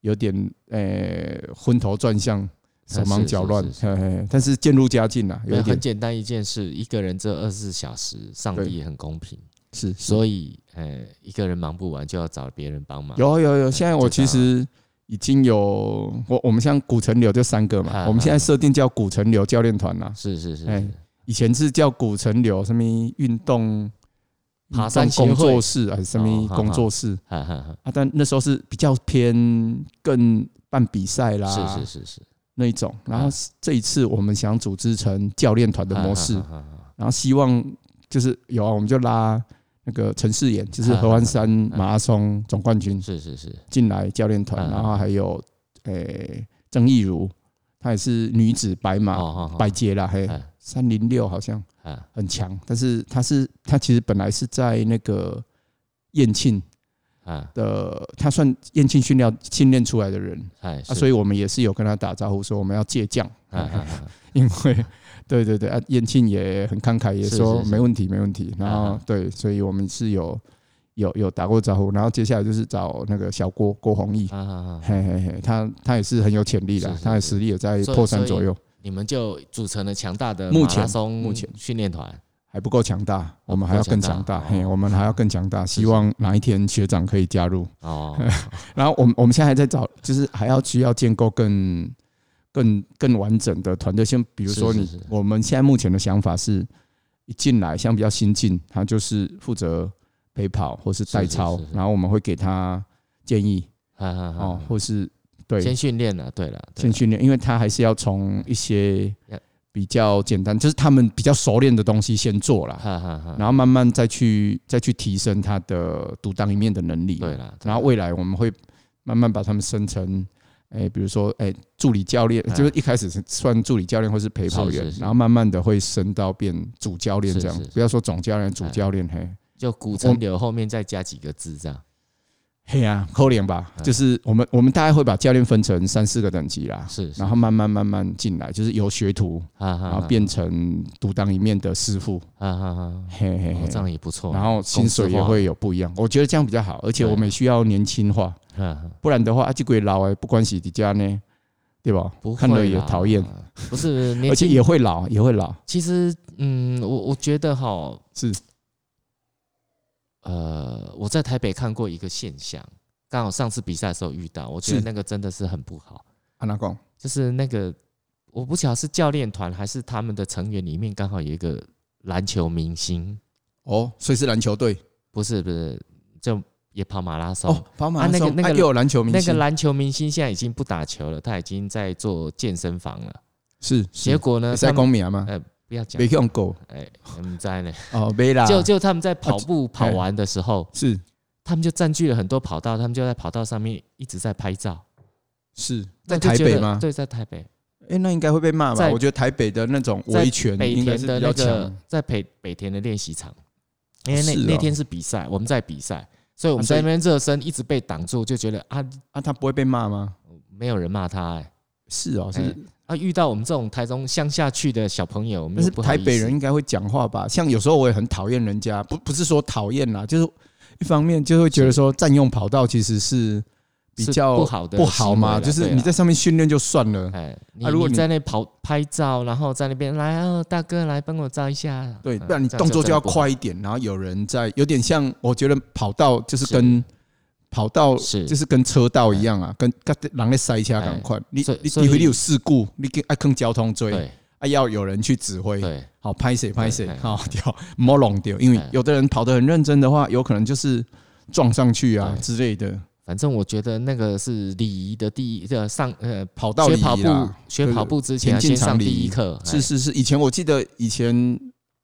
[SPEAKER 2] 有点呃昏头转向、手忙脚乱
[SPEAKER 3] 啊是是。是
[SPEAKER 2] 嘿嘿但是渐入佳境啊，
[SPEAKER 3] 没
[SPEAKER 2] 有一
[SPEAKER 3] 有
[SPEAKER 2] 点
[SPEAKER 3] 很简单一件事，一个人这二十四小时，上帝也很公平，
[SPEAKER 2] 是
[SPEAKER 3] 所以呃，一个人忙不完就要找别人帮忙。
[SPEAKER 2] 有有有，现在我
[SPEAKER 3] 啊就这
[SPEAKER 2] 其
[SPEAKER 3] 样
[SPEAKER 2] 实已经有我我们像古城流就三个嘛
[SPEAKER 3] 啊，
[SPEAKER 2] 我们现在设定叫古城流教练团啦，
[SPEAKER 3] 是是是
[SPEAKER 2] 哎
[SPEAKER 3] 是，
[SPEAKER 2] 以前是叫古城流什么运动
[SPEAKER 3] 爬山
[SPEAKER 2] 运动工
[SPEAKER 3] 协会
[SPEAKER 2] 作室还是什么
[SPEAKER 3] 哦哈哈
[SPEAKER 2] 工作室
[SPEAKER 3] 哈哈哈，
[SPEAKER 2] 啊？但那时候是比较偏更办比赛啦，
[SPEAKER 3] 是是是是
[SPEAKER 2] 那一种。然后
[SPEAKER 3] 啊
[SPEAKER 2] 这一次我们想组织成教练团的模式，
[SPEAKER 3] 哈哈哈哈哈
[SPEAKER 2] 然后希望就是有啊，我们就拉那个陈世妍，
[SPEAKER 3] 啊
[SPEAKER 2] 就是合欢山马拉松总冠军
[SPEAKER 3] 是是是
[SPEAKER 2] 进来教练
[SPEAKER 3] 嗯
[SPEAKER 2] 团，然后还有诶郑义如，她也是女子白马
[SPEAKER 3] 哦
[SPEAKER 2] 百捷啦，嘿
[SPEAKER 3] 嗯，
[SPEAKER 2] 三零六好像
[SPEAKER 3] 啊
[SPEAKER 2] 很强，但是她是她其实本来是在那个燕庆
[SPEAKER 3] 啊
[SPEAKER 2] 的，她算燕庆训练训练出来的人
[SPEAKER 3] 哎，
[SPEAKER 2] 啊，所
[SPEAKER 3] 以
[SPEAKER 2] 以我们也是有跟她打招呼说我们要借将，
[SPEAKER 3] 啊啊啊
[SPEAKER 2] 因为对对对啊，燕庆也很慷慨，也
[SPEAKER 3] 是
[SPEAKER 2] 说
[SPEAKER 3] 是是
[SPEAKER 2] 没问题没问题。然
[SPEAKER 3] 啊
[SPEAKER 2] 后
[SPEAKER 3] 哈
[SPEAKER 2] 对，所以我们是有有有打过招呼，然后接下来就是找那个小郭郭宏毅，
[SPEAKER 3] 啊啊啊，
[SPEAKER 2] 嘿嘿嘿，他他也是很有潜力
[SPEAKER 3] 是
[SPEAKER 2] 的
[SPEAKER 3] 是，
[SPEAKER 2] 他的
[SPEAKER 3] 是
[SPEAKER 2] 实力也在
[SPEAKER 3] 所以
[SPEAKER 2] 破三
[SPEAKER 3] 所以
[SPEAKER 2] 左右，
[SPEAKER 3] 你们就组成了强大的
[SPEAKER 2] 目
[SPEAKER 3] 马
[SPEAKER 2] 前
[SPEAKER 3] 拉松
[SPEAKER 2] 目前
[SPEAKER 3] 训练团，
[SPEAKER 2] 还不够强大，我们还要更强大，
[SPEAKER 3] 哦不够强大
[SPEAKER 2] 嘿，
[SPEAKER 3] 哦
[SPEAKER 2] 我们还要更强大，希
[SPEAKER 3] 是
[SPEAKER 2] 望哪一天学长可以加入。
[SPEAKER 3] 哦，
[SPEAKER 2] 然后我们我们现在还在找，就是还要需要建构更更更完整的团队。像比如说
[SPEAKER 3] 是
[SPEAKER 2] 你，
[SPEAKER 3] 是是
[SPEAKER 2] 我们现在目前的想法是，一进来像比较新进，他就是负责陪跑或是代操，
[SPEAKER 3] 是是是是啊
[SPEAKER 2] 然后我们会给他建议
[SPEAKER 3] 哈哈哈
[SPEAKER 2] 哦，或是对
[SPEAKER 3] 先训练了，对了，对
[SPEAKER 2] 先
[SPEAKER 3] 了
[SPEAKER 2] 训练，因为他还是要从一些
[SPEAKER 3] 要
[SPEAKER 2] 比较简单，就是他们比较熟练的东西先做啦，
[SPEAKER 3] 哈哈哈，
[SPEAKER 2] 然后慢慢再去再去提升他的独当一面的能力。
[SPEAKER 3] 对了，对
[SPEAKER 2] 然后
[SPEAKER 3] 了
[SPEAKER 2] 未来我们会慢慢把他们升成，哎、比如说，哎、助理教练，
[SPEAKER 3] 嗯
[SPEAKER 2] 就是一开始是算助理教练或是陪跑员，
[SPEAKER 3] 是是是
[SPEAKER 2] 然后慢慢的会升到变主教练
[SPEAKER 3] 是
[SPEAKER 2] 这样，
[SPEAKER 3] 是是哎
[SPEAKER 2] 不要说总教练、主教练，
[SPEAKER 3] 就古城流后面再加几个字这样，
[SPEAKER 2] 嘿，嘿啊，扣脸吧，
[SPEAKER 3] 嗯
[SPEAKER 2] 就是我们我们大概会把教练分成三四个等级啦，
[SPEAKER 3] 是，是
[SPEAKER 2] 然后慢慢慢慢进来，就是由学徒，
[SPEAKER 3] 哈哈
[SPEAKER 2] 然后
[SPEAKER 3] 哈，
[SPEAKER 2] 变成独当一面的师傅，
[SPEAKER 3] 哈哈哈，
[SPEAKER 2] 嘿嘿
[SPEAKER 3] 哦这
[SPEAKER 2] 嘿。
[SPEAKER 3] 样也不错，
[SPEAKER 2] 然后薪水也
[SPEAKER 3] 公司化
[SPEAKER 2] 会有不一样，我觉得这样比较好，而且
[SPEAKER 3] 对
[SPEAKER 2] 我们也需要年轻化，
[SPEAKER 3] 哈哈
[SPEAKER 2] 不然的话，啊，这鬼老哎，不关系底家呢，对吧？
[SPEAKER 3] 不会
[SPEAKER 2] 看了也
[SPEAKER 3] 啦
[SPEAKER 2] 讨厌，，
[SPEAKER 3] 不 是，年
[SPEAKER 2] 而且
[SPEAKER 3] 轻
[SPEAKER 2] 也会老，也会老，
[SPEAKER 3] 其实，嗯，我我觉得哈，
[SPEAKER 2] 是
[SPEAKER 3] 呃，我在台北看过一个现象，刚好上次比赛的时候遇到，我觉得
[SPEAKER 2] 是
[SPEAKER 3] 那个真的是很不好，
[SPEAKER 2] 安娜贡
[SPEAKER 3] 就是那个我不晓得是教练团还是他们的成员里面刚好有一个篮球明星，
[SPEAKER 2] 哦，所以是篮球队
[SPEAKER 3] 不是不是，就也跑马拉松。
[SPEAKER 2] 哦，跑马拉
[SPEAKER 3] 啊那
[SPEAKER 2] 松，
[SPEAKER 3] 个那个
[SPEAKER 2] 啊又有篮球明
[SPEAKER 3] 那
[SPEAKER 2] 星，
[SPEAKER 3] 个篮球明星现在已经不打球了，他已经在做健身房了。
[SPEAKER 2] 是
[SPEAKER 3] 结
[SPEAKER 2] 是
[SPEAKER 3] 果呢，
[SPEAKER 2] 在
[SPEAKER 3] 他
[SPEAKER 2] 公
[SPEAKER 3] 们
[SPEAKER 2] 名嘛，
[SPEAKER 3] 呃不要讲
[SPEAKER 2] 没，用狗
[SPEAKER 3] 哎，我们在 呢，
[SPEAKER 2] 哦，没啦，
[SPEAKER 3] 就就他们在跑
[SPEAKER 2] 啊
[SPEAKER 3] 步跑
[SPEAKER 2] 哎
[SPEAKER 3] 完的时候，
[SPEAKER 2] 是
[SPEAKER 3] 他们就占据了很多跑道，他们就在跑道上面一直在拍照。
[SPEAKER 2] 是
[SPEAKER 3] 那
[SPEAKER 2] 在
[SPEAKER 3] 我就
[SPEAKER 2] 台
[SPEAKER 3] 觉
[SPEAKER 2] 北
[SPEAKER 3] 得
[SPEAKER 2] 吗？
[SPEAKER 3] 对，在台北，
[SPEAKER 2] 哎，那应该会被骂吧？
[SPEAKER 3] 在
[SPEAKER 2] 我觉得台北的那种
[SPEAKER 3] 在
[SPEAKER 2] 维权
[SPEAKER 3] 北
[SPEAKER 2] 应该
[SPEAKER 3] 田
[SPEAKER 2] 是
[SPEAKER 3] 的
[SPEAKER 2] 比
[SPEAKER 3] 那
[SPEAKER 2] 较
[SPEAKER 3] 个
[SPEAKER 2] 强，
[SPEAKER 3] 在北北田的练习场，因为那、
[SPEAKER 2] 是哦
[SPEAKER 3] 那天是比赛，我们在比赛，所以我们
[SPEAKER 2] 啊所
[SPEAKER 3] 在
[SPEAKER 2] 以
[SPEAKER 3] 那边热身，一直被挡住，就觉得啊，
[SPEAKER 2] 啊，他不会被骂吗？
[SPEAKER 3] 没有人骂他、哎，
[SPEAKER 2] 是哦，
[SPEAKER 3] 哎
[SPEAKER 2] 是，
[SPEAKER 3] 啊，遇到我们这种台中乡下去的小朋友，我们
[SPEAKER 2] 但
[SPEAKER 3] 又
[SPEAKER 2] 是
[SPEAKER 3] 不好
[SPEAKER 2] 台北
[SPEAKER 3] 意思
[SPEAKER 2] 人应该会讲话吧？像有时候我也很讨厌人家，不不是说讨厌啦，就是一方面就会觉得说占用跑道其实是比
[SPEAKER 3] 是
[SPEAKER 2] 较
[SPEAKER 3] 不好的
[SPEAKER 2] 不好嘛，
[SPEAKER 3] 行为啦
[SPEAKER 2] 就是
[SPEAKER 3] 对
[SPEAKER 2] 你
[SPEAKER 3] 啦
[SPEAKER 2] 在上面训练就算了，
[SPEAKER 3] 哎，你、
[SPEAKER 2] 如果
[SPEAKER 3] 你
[SPEAKER 2] 你
[SPEAKER 3] 在那跑拍照，然后在那边来啊，大哥来帮我照一下，
[SPEAKER 2] 对，
[SPEAKER 3] 嗯
[SPEAKER 2] 不然你
[SPEAKER 3] 这样
[SPEAKER 2] 动作
[SPEAKER 3] 真
[SPEAKER 2] 就要
[SPEAKER 3] 的不好
[SPEAKER 2] 快一点，然后有人在，有点像我觉得跑道就是
[SPEAKER 3] 是
[SPEAKER 2] 跟跑道
[SPEAKER 3] 是
[SPEAKER 2] 就是跟车道一样啊，跟跟人在塞车
[SPEAKER 3] 哎
[SPEAKER 2] 赶快，你
[SPEAKER 3] 所以
[SPEAKER 2] 你
[SPEAKER 3] 所以
[SPEAKER 2] 你会有事故，你跟爱坑交通追，
[SPEAKER 3] 对
[SPEAKER 2] 啊要有人去指挥，
[SPEAKER 3] 对
[SPEAKER 2] 好拍谁拍谁
[SPEAKER 3] 对，对
[SPEAKER 2] 好 掉摸弄掉，因为
[SPEAKER 3] 哎
[SPEAKER 2] 有的人跑得很认真的话，有可能就是撞上去啊
[SPEAKER 3] 对
[SPEAKER 2] 之类的，
[SPEAKER 3] 反正我觉得那个是礼仪的第一呃上呃
[SPEAKER 2] 跑道
[SPEAKER 3] 学
[SPEAKER 2] 礼
[SPEAKER 3] 跑
[SPEAKER 2] 仪啦
[SPEAKER 3] 步哎学
[SPEAKER 2] 对
[SPEAKER 3] 跑步之前要
[SPEAKER 2] 田径
[SPEAKER 3] 先
[SPEAKER 2] 场
[SPEAKER 3] 上
[SPEAKER 2] 礼
[SPEAKER 3] 第
[SPEAKER 2] 仪
[SPEAKER 3] 一课，
[SPEAKER 2] 是是是，以前我记得以前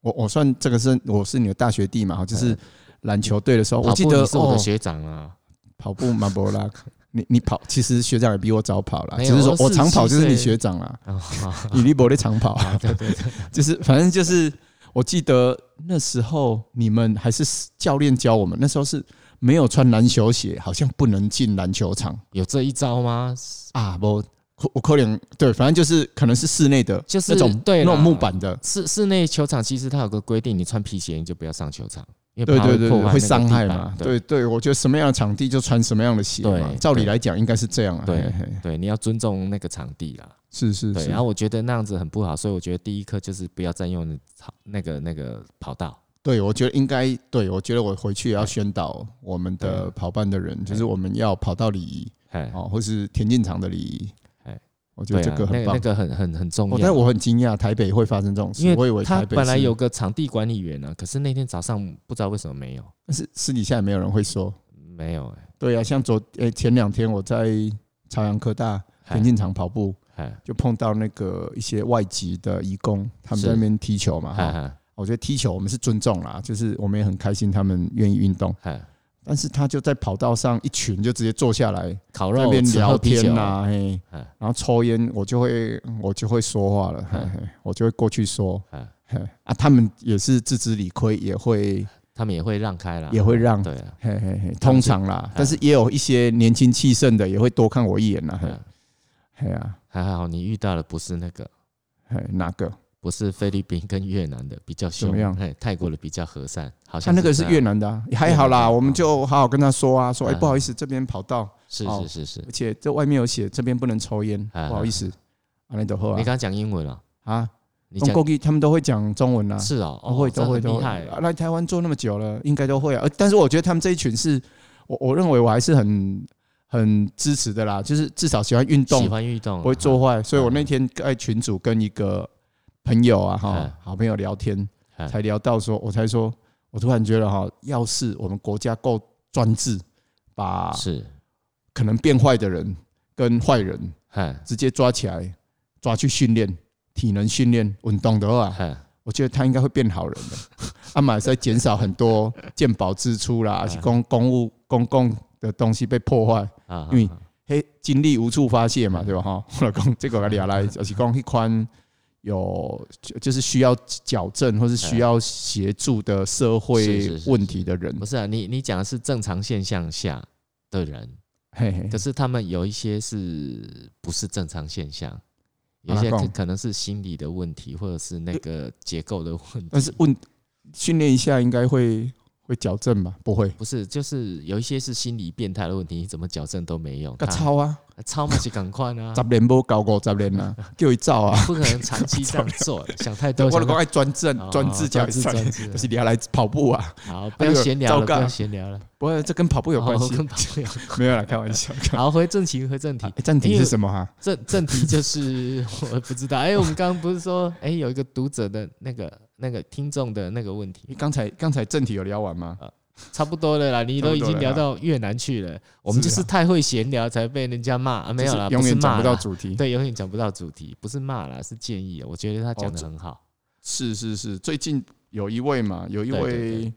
[SPEAKER 2] 我我算这个是我是你的大学弟嘛，就是篮球队的时候，
[SPEAKER 3] 哎
[SPEAKER 2] 我
[SPEAKER 3] 跑
[SPEAKER 2] 记
[SPEAKER 3] 步
[SPEAKER 2] 得
[SPEAKER 3] 你是我
[SPEAKER 2] 哦
[SPEAKER 3] 的学长啊，
[SPEAKER 2] 跑步马博拉，你你跑，其实学长也比我早跑啦，
[SPEAKER 3] 没
[SPEAKER 2] 只
[SPEAKER 3] 有
[SPEAKER 2] 是说
[SPEAKER 3] 我
[SPEAKER 2] 我长跑就是你
[SPEAKER 3] 47岁
[SPEAKER 2] 学长啦，
[SPEAKER 3] 哦好好
[SPEAKER 2] 你离博的长 跑，啊
[SPEAKER 3] 对对对，
[SPEAKER 2] 就是反正就是我记得那时候你们还是教练教我们，那时候是没有穿篮球鞋，好像不能进篮球场
[SPEAKER 3] 有这一招吗？
[SPEAKER 2] 啊，不。可我可能对，反正就是可能是室内的，
[SPEAKER 3] 就是
[SPEAKER 2] 那种
[SPEAKER 3] 对啦
[SPEAKER 2] 那种木板的，
[SPEAKER 3] 室室内球场其实它有个规定，你穿皮鞋你就不要上球场，因为
[SPEAKER 2] 对
[SPEAKER 3] 怕
[SPEAKER 2] 对对
[SPEAKER 3] 破
[SPEAKER 2] 对，
[SPEAKER 3] 坏那
[SPEAKER 2] 会
[SPEAKER 3] 个
[SPEAKER 2] 伤
[SPEAKER 3] 地
[SPEAKER 2] 害
[SPEAKER 3] 板
[SPEAKER 2] 嘛。
[SPEAKER 3] 对
[SPEAKER 2] 对对，我觉得什么样的场地就穿什么样的鞋嘛
[SPEAKER 3] 对。
[SPEAKER 2] 照理
[SPEAKER 3] 对
[SPEAKER 2] 来讲应该是这样啊。
[SPEAKER 3] 对
[SPEAKER 2] 嘿嘿
[SPEAKER 3] 对，你要尊重那个场地啦。
[SPEAKER 2] 是是
[SPEAKER 3] 对，啊
[SPEAKER 2] 是
[SPEAKER 3] 然。后我觉得那样子很不好，所以我觉得第一课就是不要占用你草那个那个跑道。
[SPEAKER 2] 对，我觉得应该对，我觉得我回去也要
[SPEAKER 3] 对
[SPEAKER 2] 宣导我们
[SPEAKER 3] 对
[SPEAKER 2] 的跑办的人，就是我们要跑道礼仪
[SPEAKER 3] 哎，
[SPEAKER 2] 哦，或是田径场的礼仪
[SPEAKER 3] 哎。
[SPEAKER 2] 我觉
[SPEAKER 3] 对
[SPEAKER 2] 得
[SPEAKER 3] 啊，
[SPEAKER 2] 这个
[SPEAKER 3] 那
[SPEAKER 2] 很
[SPEAKER 3] 个
[SPEAKER 2] 棒
[SPEAKER 3] 那。个很很很重要。
[SPEAKER 2] 哦但我很惊讶，台北会发生这种事
[SPEAKER 3] 因，
[SPEAKER 2] 我以为
[SPEAKER 3] 他
[SPEAKER 2] 台北
[SPEAKER 3] 本来
[SPEAKER 2] 是
[SPEAKER 3] 有个场地管理员呢、可是那天早上不知道为什么没有，
[SPEAKER 2] 但是私底下也没有人会说。
[SPEAKER 3] 没有哎、
[SPEAKER 2] 对啊，像昨诶、前两天我在朝阳科大田径场跑步，
[SPEAKER 3] 哎
[SPEAKER 2] 就碰到那个一些外籍的移工，他们在
[SPEAKER 3] 是
[SPEAKER 2] 那边踢球嘛。哈
[SPEAKER 3] 哎
[SPEAKER 2] 我觉得踢球我们是尊重啦，就是我们也很开心他们愿意运动，
[SPEAKER 3] 哎，
[SPEAKER 2] 但是他就在跑道上一群就直接坐下来
[SPEAKER 3] 烤
[SPEAKER 2] 在那
[SPEAKER 3] 肉
[SPEAKER 2] 边
[SPEAKER 3] 吃
[SPEAKER 2] 聊
[SPEAKER 3] 喝啤酒
[SPEAKER 2] 天呐、嘿，
[SPEAKER 3] 哎
[SPEAKER 2] 然后抽烟，我就会我就会说话了，嘿
[SPEAKER 3] 嗯
[SPEAKER 2] 嘿我就会过去说
[SPEAKER 3] 嗯，
[SPEAKER 2] 嘿啊，他们也是自知理亏，也会
[SPEAKER 3] 他们也会让开啦，
[SPEAKER 2] 也会让
[SPEAKER 3] 对 啊，
[SPEAKER 2] 嘿嘿嘿，通常啦
[SPEAKER 3] 嗯，
[SPEAKER 2] 但是也有一些年轻气盛的也会多看我一眼啦，嘿
[SPEAKER 3] 哎，
[SPEAKER 2] 嘿啊，
[SPEAKER 3] 还好你遇到的不是那个，
[SPEAKER 2] 嘿哪个？
[SPEAKER 3] 不是菲律宾跟越南的比较
[SPEAKER 2] 怎么
[SPEAKER 3] 凶
[SPEAKER 2] 样，
[SPEAKER 3] 哎，泰国的比较和善，好
[SPEAKER 2] 他
[SPEAKER 3] 像
[SPEAKER 2] 那个
[SPEAKER 3] 这
[SPEAKER 2] 是
[SPEAKER 3] 样
[SPEAKER 2] 越南的啊，还好
[SPEAKER 3] 越南
[SPEAKER 2] 啦，
[SPEAKER 3] 的
[SPEAKER 2] 我们就好好跟他说啊，说哎
[SPEAKER 3] 嗯
[SPEAKER 2] 不好意思，这边跑道。
[SPEAKER 3] 是
[SPEAKER 2] 哦
[SPEAKER 3] 是是是，
[SPEAKER 2] 而且这外面有写这边不能抽烟，
[SPEAKER 3] 啊
[SPEAKER 2] 不好意思，啊，那都喝
[SPEAKER 3] 你刚
[SPEAKER 2] 啊
[SPEAKER 3] 刚讲英文了，
[SPEAKER 2] 啊，
[SPEAKER 3] 你
[SPEAKER 2] 中
[SPEAKER 3] 讲
[SPEAKER 2] 国语他们都会讲中文啊啦，
[SPEAKER 3] 是哦，
[SPEAKER 2] 都会
[SPEAKER 3] 哦
[SPEAKER 2] 都会
[SPEAKER 3] 这很
[SPEAKER 2] 都
[SPEAKER 3] 厉
[SPEAKER 2] 会，
[SPEAKER 3] 害
[SPEAKER 2] 啊来台湾做那么久了，应该都会啊。呃但是我觉得他们这一群是我我认为我还是很很支持的啦，就是至少喜欢运
[SPEAKER 3] 喜
[SPEAKER 2] 动，
[SPEAKER 3] 欢运动，
[SPEAKER 2] 不会做坏。所以我
[SPEAKER 3] 嗯
[SPEAKER 2] 那天在群组跟一个朋友啊
[SPEAKER 3] 嗯
[SPEAKER 2] 哈好朋友聊天，
[SPEAKER 3] 嗯
[SPEAKER 2] 才聊到说，我才说，我突然觉得哈，要是我们国家够专制，把
[SPEAKER 3] 是，
[SPEAKER 2] 可能变坏的人跟坏人。
[SPEAKER 3] 哎
[SPEAKER 2] 直接抓起来，抓去训练，体能训练运动的话，
[SPEAKER 3] 哎
[SPEAKER 2] 我觉得他应该会变好人的。 啊阿玛在减少很多健保支出啦，而且公公务公共的东西被破坏，
[SPEAKER 3] 啊，
[SPEAKER 2] 因为
[SPEAKER 3] 啊
[SPEAKER 2] 嘿，精力无处发泄嘛，对吧？哈， 我讲这个我俩来，就是讲一款有就就是需要矫正或是需要协助的社
[SPEAKER 3] 是
[SPEAKER 2] 会
[SPEAKER 3] 是是
[SPEAKER 2] 问题的人
[SPEAKER 3] 不，是啊，你你讲的是正常现象下的人，
[SPEAKER 2] 嘿嘿
[SPEAKER 3] 可，是他们有一些是不是正常现象？有一
[SPEAKER 2] 哪
[SPEAKER 3] 些可
[SPEAKER 2] 啊讲
[SPEAKER 3] 可能是心理的问题，或者是那个结构的问
[SPEAKER 2] 但
[SPEAKER 3] 题
[SPEAKER 2] 是。问训练一下应该会会矫正吧？不会，
[SPEAKER 3] 不是，就是有一些是心理变态的问题，你怎么矫正都没用。
[SPEAKER 2] 个
[SPEAKER 3] 他
[SPEAKER 2] 超啊！
[SPEAKER 3] 超嘛是赶快啊
[SPEAKER 2] 十，年无搞过十年啊，叫伊 走啊！
[SPEAKER 3] 不可能长期这样做， 想太多。
[SPEAKER 2] 我就
[SPEAKER 3] 想
[SPEAKER 2] 讲
[SPEAKER 3] 太
[SPEAKER 2] 爱专政
[SPEAKER 3] 哦、
[SPEAKER 2] 专制
[SPEAKER 3] 专
[SPEAKER 2] 才
[SPEAKER 3] 制、
[SPEAKER 2] 算，
[SPEAKER 3] 专制
[SPEAKER 2] 就。是你要来跑步啊？
[SPEAKER 3] 好，不要闲聊了，
[SPEAKER 2] 糟
[SPEAKER 3] 不
[SPEAKER 2] 糕
[SPEAKER 3] 要闲聊了，
[SPEAKER 2] 不是，这哦跟跑步有关
[SPEAKER 3] 好
[SPEAKER 2] 系？
[SPEAKER 3] 跟朋友
[SPEAKER 2] 没有啦，开玩笑。
[SPEAKER 3] 好，回正题，回正题
[SPEAKER 2] 啊。暂停
[SPEAKER 3] 因为
[SPEAKER 2] 是什么哈？
[SPEAKER 3] 正正题就是 我不知道，哎、我们刚刚不是说，哎、有一个读者的那个那个听众的那个问
[SPEAKER 2] 因为
[SPEAKER 3] 题，
[SPEAKER 2] 刚才刚才正题有聊完吗？
[SPEAKER 3] 差不多了啦，你都已经聊到越南去了，我们就是太会闲聊才被人家骂、啊，没有啦，
[SPEAKER 2] 啊就是永远
[SPEAKER 3] 不是骂
[SPEAKER 2] 找
[SPEAKER 3] 啦
[SPEAKER 2] 不到主题。
[SPEAKER 3] 对，永远讲不到主题，不是骂啦，是建议，我觉得他讲
[SPEAKER 2] 哦
[SPEAKER 3] 的很好，
[SPEAKER 2] 是是是，最近有一位嘛，有一
[SPEAKER 3] 对对
[SPEAKER 2] 位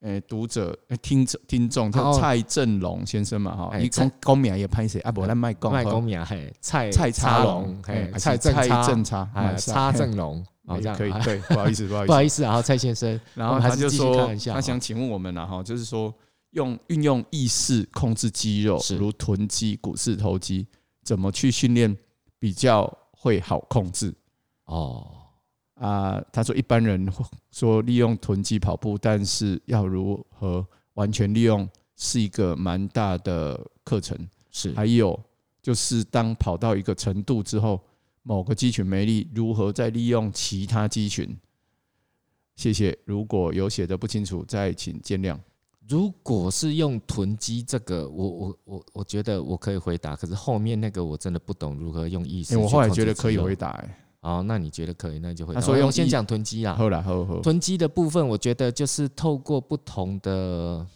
[SPEAKER 2] 诶读者诶听众听众
[SPEAKER 3] 哦
[SPEAKER 2] 叫蔡振龙先生嘛哈，
[SPEAKER 3] 哎
[SPEAKER 2] 一
[SPEAKER 3] 蔡
[SPEAKER 2] 公公名也拍谁啊？不，咱卖公
[SPEAKER 3] 卖公名嘿，蔡
[SPEAKER 2] 蔡
[SPEAKER 3] 插
[SPEAKER 2] 差
[SPEAKER 3] 龙
[SPEAKER 2] 龙，
[SPEAKER 3] 嘿
[SPEAKER 2] 哎，，
[SPEAKER 3] 蔡正
[SPEAKER 2] 蔡
[SPEAKER 3] 插，
[SPEAKER 2] 正差，
[SPEAKER 3] 哎，
[SPEAKER 2] 买下
[SPEAKER 3] 插正龙，
[SPEAKER 2] 嘿
[SPEAKER 3] 好像
[SPEAKER 2] 哎可以
[SPEAKER 3] 哎。
[SPEAKER 2] 对，不好意思，不 好
[SPEAKER 3] 不
[SPEAKER 2] 意思
[SPEAKER 3] 好。意思啊，蔡先生，
[SPEAKER 2] 然
[SPEAKER 3] 我
[SPEAKER 2] 后
[SPEAKER 3] 们还
[SPEAKER 2] 他
[SPEAKER 3] 是
[SPEAKER 2] 就
[SPEAKER 3] 继续
[SPEAKER 2] 说
[SPEAKER 3] 看一，下
[SPEAKER 2] 他
[SPEAKER 3] 哈
[SPEAKER 2] 想请问我们了哈，就是说用运用意识控制肌肉
[SPEAKER 3] 是，
[SPEAKER 2] 如臀肌、股四头肌，怎么去训练比较会好控制
[SPEAKER 3] 哦，
[SPEAKER 2] 啊？他说一般人会说利用臀肌跑步，但是要如何完全利用是一个蛮大的课程。
[SPEAKER 3] 是，
[SPEAKER 2] 还有就是当跑到一个程度之后，某个肌群没力，如何再利用其他肌群？谢谢。如果有写的不清楚，再请见谅。
[SPEAKER 3] 如果是用囤积这个，我我我我觉得我可以回答，可是后面那个我真的不懂如何用意识去控制肌
[SPEAKER 2] 哎，
[SPEAKER 3] 肉。
[SPEAKER 2] 我后来觉得可以回答。哎，
[SPEAKER 3] 哦，那你觉得可以，那你就回答。哦
[SPEAKER 2] 他说用
[SPEAKER 3] 我先
[SPEAKER 2] 意
[SPEAKER 3] 讲囤积啊，
[SPEAKER 2] 后来后后
[SPEAKER 3] 囤积的部分，我觉得就是透过不同的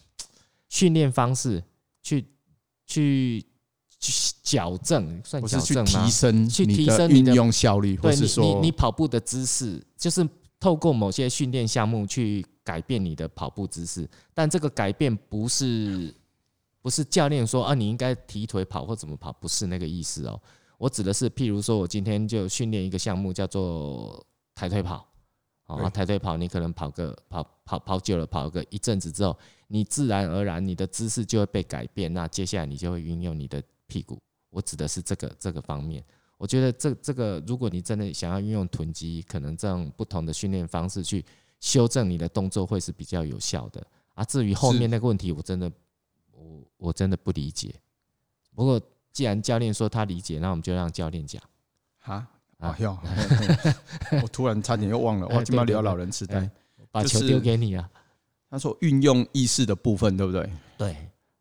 [SPEAKER 3] 训练方式去去去矫正，算
[SPEAKER 2] 不
[SPEAKER 3] 矫
[SPEAKER 2] 是去
[SPEAKER 3] 正吗
[SPEAKER 2] 提？升
[SPEAKER 3] 去
[SPEAKER 2] 你
[SPEAKER 3] 提
[SPEAKER 2] 的
[SPEAKER 3] 升你
[SPEAKER 2] 运
[SPEAKER 3] 的
[SPEAKER 2] 用效率，或
[SPEAKER 3] 对
[SPEAKER 2] 是
[SPEAKER 3] 你你
[SPEAKER 2] 说
[SPEAKER 3] 你跑步的姿势，就是透过某些训练项目去改变你的跑步姿势，但这个改变不是不是教练说啊你应该提腿跑或怎么跑，不是那个意思哦。我指的是，譬如说我今天就训练一个项目叫做抬腿跑。哦，
[SPEAKER 2] 对
[SPEAKER 3] 啊抬腿跑，你可能跑个跑跑跑久了，跑个一阵子之后，你自然而然你的姿势就会被改变。那接下来你就会运用你的屁股，我指的是这个这个方面。我觉得这这个，如果你真的想要运用臀肌，可能这样不同的训练方式去修正你的动作，会是比较有效的啊。至于后
[SPEAKER 2] 是
[SPEAKER 3] 面那个问题，我真的我我真的不理解。不过既然教练说他理解，那我们就让教练讲。
[SPEAKER 2] 哈，
[SPEAKER 3] 啊
[SPEAKER 2] 哎呦， 嘿嘿我突然差点又忘了，
[SPEAKER 3] 哎
[SPEAKER 2] 我今
[SPEAKER 3] 对
[SPEAKER 2] 天
[SPEAKER 3] 对
[SPEAKER 2] 聊
[SPEAKER 3] 对
[SPEAKER 2] 老人痴呆
[SPEAKER 3] 哎。把
[SPEAKER 2] 就
[SPEAKER 3] 球
[SPEAKER 2] 是
[SPEAKER 3] 丢给你啊！
[SPEAKER 2] 他说运用意识的部分，对不对？
[SPEAKER 3] 对，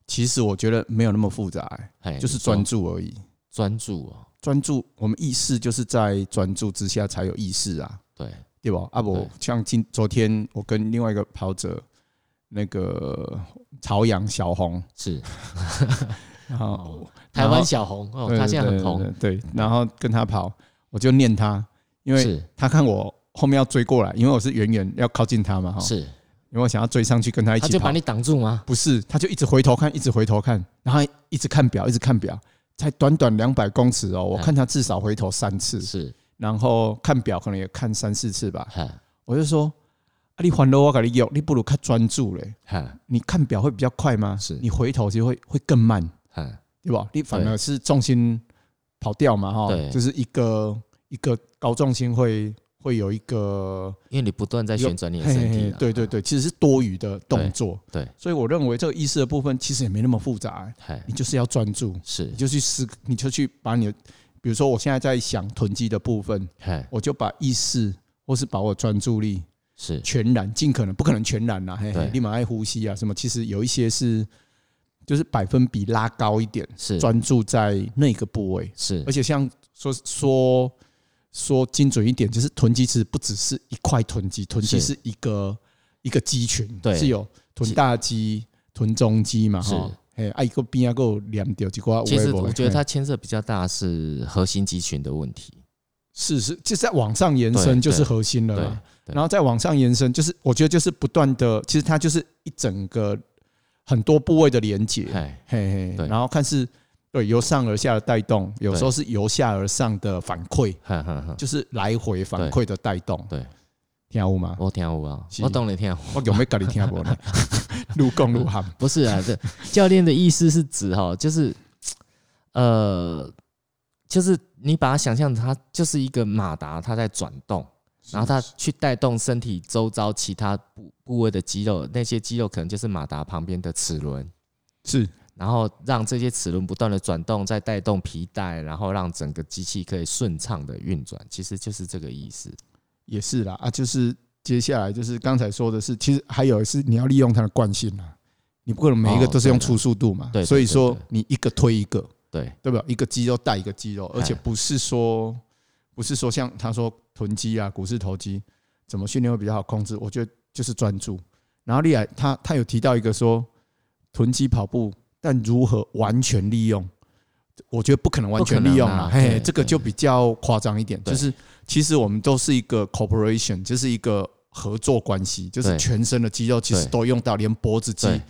[SPEAKER 2] 其实我觉得没有那么复杂、哎
[SPEAKER 3] 哎，
[SPEAKER 2] 就是
[SPEAKER 3] 你说
[SPEAKER 2] 专注而已。
[SPEAKER 3] 专注哦，
[SPEAKER 2] 专注，我们意识就是在专注之下才有意识啊，
[SPEAKER 3] 对，
[SPEAKER 2] 对吧？啊，我
[SPEAKER 3] 对
[SPEAKER 2] 像今昨天我跟另外一个跑者，那个朝阳小红，
[SPEAKER 3] 是
[SPEAKER 2] 然后
[SPEAKER 3] 哦台湾小红哦，
[SPEAKER 2] 对
[SPEAKER 3] 他现在很
[SPEAKER 2] 对
[SPEAKER 3] 红，
[SPEAKER 2] 对，对然后跟他跑，我就念他，因为
[SPEAKER 3] 是
[SPEAKER 2] 他看我后面要追过来，因为我是远远要靠近他嘛，哈，
[SPEAKER 3] 是，
[SPEAKER 2] 因为我想要追上去跟他一
[SPEAKER 3] 他
[SPEAKER 2] 起
[SPEAKER 3] 就
[SPEAKER 2] 跑
[SPEAKER 3] 把，你挡住吗？
[SPEAKER 2] 不是，他就一直回头看，一直回头看，然后一直看表，一直看表，才短短两百公尺哦，我
[SPEAKER 3] 哎
[SPEAKER 2] 看他至少回头三次，
[SPEAKER 3] 是，
[SPEAKER 2] 然后看表可能也看三四次吧，
[SPEAKER 3] 哈
[SPEAKER 2] 我就说，啊，你还了我给你有，你不如看专注嘞，
[SPEAKER 3] 哈
[SPEAKER 2] 你看表会比较快吗？
[SPEAKER 3] 是
[SPEAKER 2] 你回头就会会更慢，
[SPEAKER 3] 哈，
[SPEAKER 2] 对吧？你反而是重心跑掉嘛，哈
[SPEAKER 3] 对，
[SPEAKER 2] 就是一个一个高重心会会有一个
[SPEAKER 3] 因为你不断在旋转你的身体啊，
[SPEAKER 2] 对对对，其实是多余的动作，
[SPEAKER 3] 对对
[SPEAKER 2] 所以我认为这个意识的部分其实也没那么复杂、
[SPEAKER 3] 嗨，
[SPEAKER 2] 你就是要专注，
[SPEAKER 3] 是
[SPEAKER 2] 你，就去思，你就去把你的，比如说我现在在想囤积的部分，
[SPEAKER 3] 嗨，
[SPEAKER 2] 我就把意识或是把我专注力
[SPEAKER 3] 是
[SPEAKER 2] 全然，尽可能不可能全然啦、嘿嘿
[SPEAKER 3] 对，
[SPEAKER 2] 立马爱呼吸啊什么，其实有一些是就是百分比拉高一点，
[SPEAKER 3] 是
[SPEAKER 2] 专注在那个部位，
[SPEAKER 3] 是
[SPEAKER 2] 而且像说说说精准一点，就是臀肌其实不只是一块臀肌，臀肌
[SPEAKER 3] 是
[SPEAKER 2] 是一个一个肌群，
[SPEAKER 3] 对
[SPEAKER 2] 是有臀大肌、臀中肌嘛，
[SPEAKER 3] 是
[SPEAKER 2] 哈，哎，啊一个边啊个连掉几个，
[SPEAKER 3] 其实我觉得它牵涉比较大是核心肌群的问题，
[SPEAKER 2] 是是就在往上延
[SPEAKER 3] 对
[SPEAKER 2] 伸就是
[SPEAKER 3] 对
[SPEAKER 2] 核心了
[SPEAKER 3] 对
[SPEAKER 2] 嘛，
[SPEAKER 3] 对
[SPEAKER 2] 然后再往上延伸，就是我觉得就是不断的，其实它就是一整个很多部位的连接，
[SPEAKER 3] 嗨，
[SPEAKER 2] 嘿嘿，
[SPEAKER 3] 对
[SPEAKER 2] 然后看是对由上而下的带动，有时候是由下而上的反馈，
[SPEAKER 3] 哈哈哈，
[SPEAKER 2] 就是来回反馈的带动。
[SPEAKER 3] 对对，
[SPEAKER 2] 听有吗？
[SPEAKER 3] 我听有啊，
[SPEAKER 2] 是
[SPEAKER 3] 我懂你听有。
[SPEAKER 2] 我有没有跟你听过 呢？路共路喊，
[SPEAKER 3] 不是啊，这 教练的意思是指哈，就是呃，就是你把它想象它就是一个马达，它在转动，然后它去带动身体周遭其他部部位的肌肉，那些肌肉可能就是马达旁边的齿轮，
[SPEAKER 2] 是
[SPEAKER 3] 然后让这些齿轮不断的转动，再带动皮带，然后让整个机器可以顺畅的运转，其实就是这个意思。
[SPEAKER 2] 也是啦啊，就是接下来就是刚才说的是，其实还有是你要利用它的惯性啊，你不可能每一个
[SPEAKER 3] 哦
[SPEAKER 2] 都是用
[SPEAKER 3] 对啦
[SPEAKER 2] 初速度嘛，
[SPEAKER 3] 对对
[SPEAKER 2] 所以说
[SPEAKER 3] 对对
[SPEAKER 2] 你一个推一个，
[SPEAKER 3] 对，
[SPEAKER 2] 对吧？一个肌肉带一个肌肉，而且
[SPEAKER 3] 哎
[SPEAKER 2] 不是说不是说像他说臀肌啊、股四头肌怎么训练会比较好控制？我觉得就是专注。然后另外他他有提到一个说臀肌跑步，但如何完全利用？我觉得不可能完全利用啦，
[SPEAKER 3] 不可能啊对，
[SPEAKER 2] 嘿这个就比较夸张一点。
[SPEAKER 3] 对
[SPEAKER 2] 就是其实我们都是一个 corporation，就是一个合作关系，就是
[SPEAKER 3] 对
[SPEAKER 2] 全身的肌肉其实
[SPEAKER 3] 对
[SPEAKER 2] 都用到，连脖子肌
[SPEAKER 3] 对，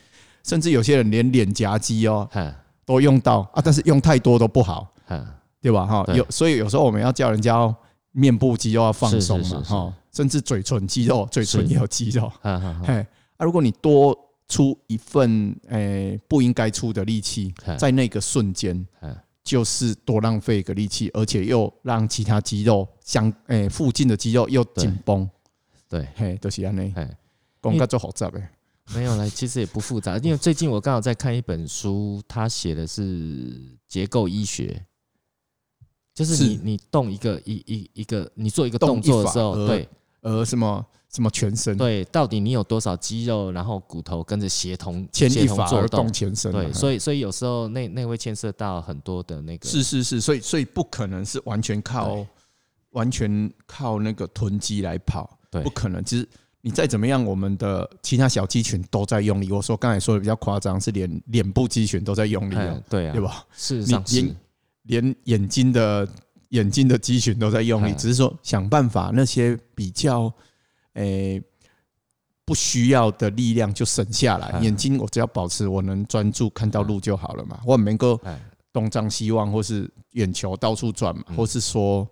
[SPEAKER 2] 甚至有些人连脸颊肌哦
[SPEAKER 3] 哈
[SPEAKER 2] 都用到啊，但是用太多都不好。
[SPEAKER 3] 哈，
[SPEAKER 2] 对吧？哈，
[SPEAKER 3] 对
[SPEAKER 2] 有所以有时候我们要叫人家要面部肌肉要放
[SPEAKER 3] 是
[SPEAKER 2] 松
[SPEAKER 3] 是
[SPEAKER 2] 嘛，
[SPEAKER 3] 是是
[SPEAKER 2] 哈，甚至嘴唇肌肉，嘴唇
[SPEAKER 3] 是
[SPEAKER 2] 也有肌肉。
[SPEAKER 3] 哈哈哈，
[SPEAKER 2] 嘿，啊，如果你多出一份诶、不应该出的力气
[SPEAKER 3] 嘿，
[SPEAKER 2] 在那个瞬间
[SPEAKER 3] 嘿，
[SPEAKER 2] 就是多浪费一个力气，而且又让其他肌肉相诶、附近的肌肉又紧绷，
[SPEAKER 3] 对，
[SPEAKER 2] 嘿，都、就是安尼。
[SPEAKER 3] 哎。
[SPEAKER 2] 讲到做复杂诶，
[SPEAKER 3] 没有啦，其实也不复杂，因为最近我刚好在看一本书，它写的是结构医学，就是你
[SPEAKER 2] 是
[SPEAKER 3] 你动一个一一一个，你做一个
[SPEAKER 2] 动
[SPEAKER 3] 动作
[SPEAKER 2] 一
[SPEAKER 3] 的
[SPEAKER 2] 法
[SPEAKER 3] 时候，
[SPEAKER 2] 而
[SPEAKER 3] 对
[SPEAKER 2] 呃，什么什么全身
[SPEAKER 3] 对，到底你有多少肌肉，然后骨头跟着协同
[SPEAKER 2] 牵
[SPEAKER 3] 协
[SPEAKER 2] 一
[SPEAKER 3] 同
[SPEAKER 2] 发
[SPEAKER 3] 做
[SPEAKER 2] 而动全身啊嘛，
[SPEAKER 3] 对，所以所以有时候那那会牵涉到很多的那个
[SPEAKER 2] 是是是，所以所以不可能是完全靠
[SPEAKER 3] 对
[SPEAKER 2] 完全靠那个臀肌来跑，
[SPEAKER 3] 对
[SPEAKER 2] 不可能。其实你再怎么样，我们的其他小肌群都在用力。我说刚才说的比较夸张，是连脸部肌群都在用力
[SPEAKER 3] 哎
[SPEAKER 2] 哦，
[SPEAKER 3] 对啊，
[SPEAKER 2] 对？吧？
[SPEAKER 3] 事实
[SPEAKER 2] 你
[SPEAKER 3] 上是
[SPEAKER 2] 连连眼睛的眼睛的肌群都在用力，
[SPEAKER 3] 哎
[SPEAKER 2] 只是说想办法那些比较诶。不需要的力量就省下来，
[SPEAKER 3] 哎
[SPEAKER 2] 眼睛我只要保持我能专注看到路就好了嘛。我能够
[SPEAKER 3] 哎
[SPEAKER 2] 东张西望，或是眼球到处转嘛，
[SPEAKER 3] 嗯
[SPEAKER 2] 或是说，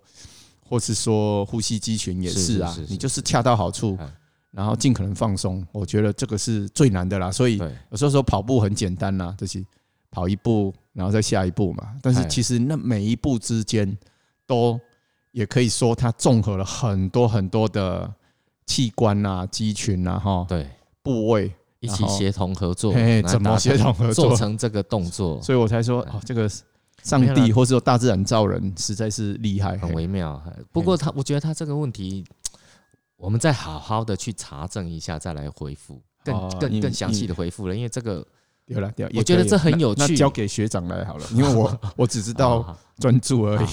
[SPEAKER 2] 或是说呼吸肌群也是啊
[SPEAKER 3] 是是是，是
[SPEAKER 2] 你就是恰到好处
[SPEAKER 3] 嗯，
[SPEAKER 2] 然后尽可能放松。我觉得这个是最难的啦，所以
[SPEAKER 3] 对
[SPEAKER 2] 有时候说跑步很简单啦，就是跑一步，然后再下一步嘛。但是
[SPEAKER 3] 哎
[SPEAKER 2] 其实那每一步之间都也可以说它综合了很多很多的器官啊、肌群啊、哈
[SPEAKER 3] 对，
[SPEAKER 2] 部位，
[SPEAKER 3] 一
[SPEAKER 2] 然
[SPEAKER 3] 起
[SPEAKER 2] 后
[SPEAKER 3] 协同合作，
[SPEAKER 2] 嘿嘿
[SPEAKER 3] 来
[SPEAKER 2] 怎么
[SPEAKER 3] 达
[SPEAKER 2] 协同合
[SPEAKER 3] 做
[SPEAKER 2] 作
[SPEAKER 3] 成这个动作，
[SPEAKER 2] 所以我才说
[SPEAKER 3] 对
[SPEAKER 2] 哦，这个上
[SPEAKER 3] 没有
[SPEAKER 2] 帝
[SPEAKER 3] 啦
[SPEAKER 2] 或是说大自然造人实在是厉害。
[SPEAKER 3] 很
[SPEAKER 2] 嘿
[SPEAKER 3] 微妙。哎不过他，我觉得他这个问题，我们再好好的去查证一下，再来回复更
[SPEAKER 2] 哦
[SPEAKER 3] 更
[SPEAKER 2] 你
[SPEAKER 3] 更详细的回复了，因为这个
[SPEAKER 2] 对了，对了，
[SPEAKER 3] 我觉得
[SPEAKER 2] 也可以
[SPEAKER 3] 这很有
[SPEAKER 2] 那
[SPEAKER 3] 趣
[SPEAKER 2] 那交给学长来好了，因 为我我只知道
[SPEAKER 3] 啊
[SPEAKER 2] 专注而已
[SPEAKER 3] 好。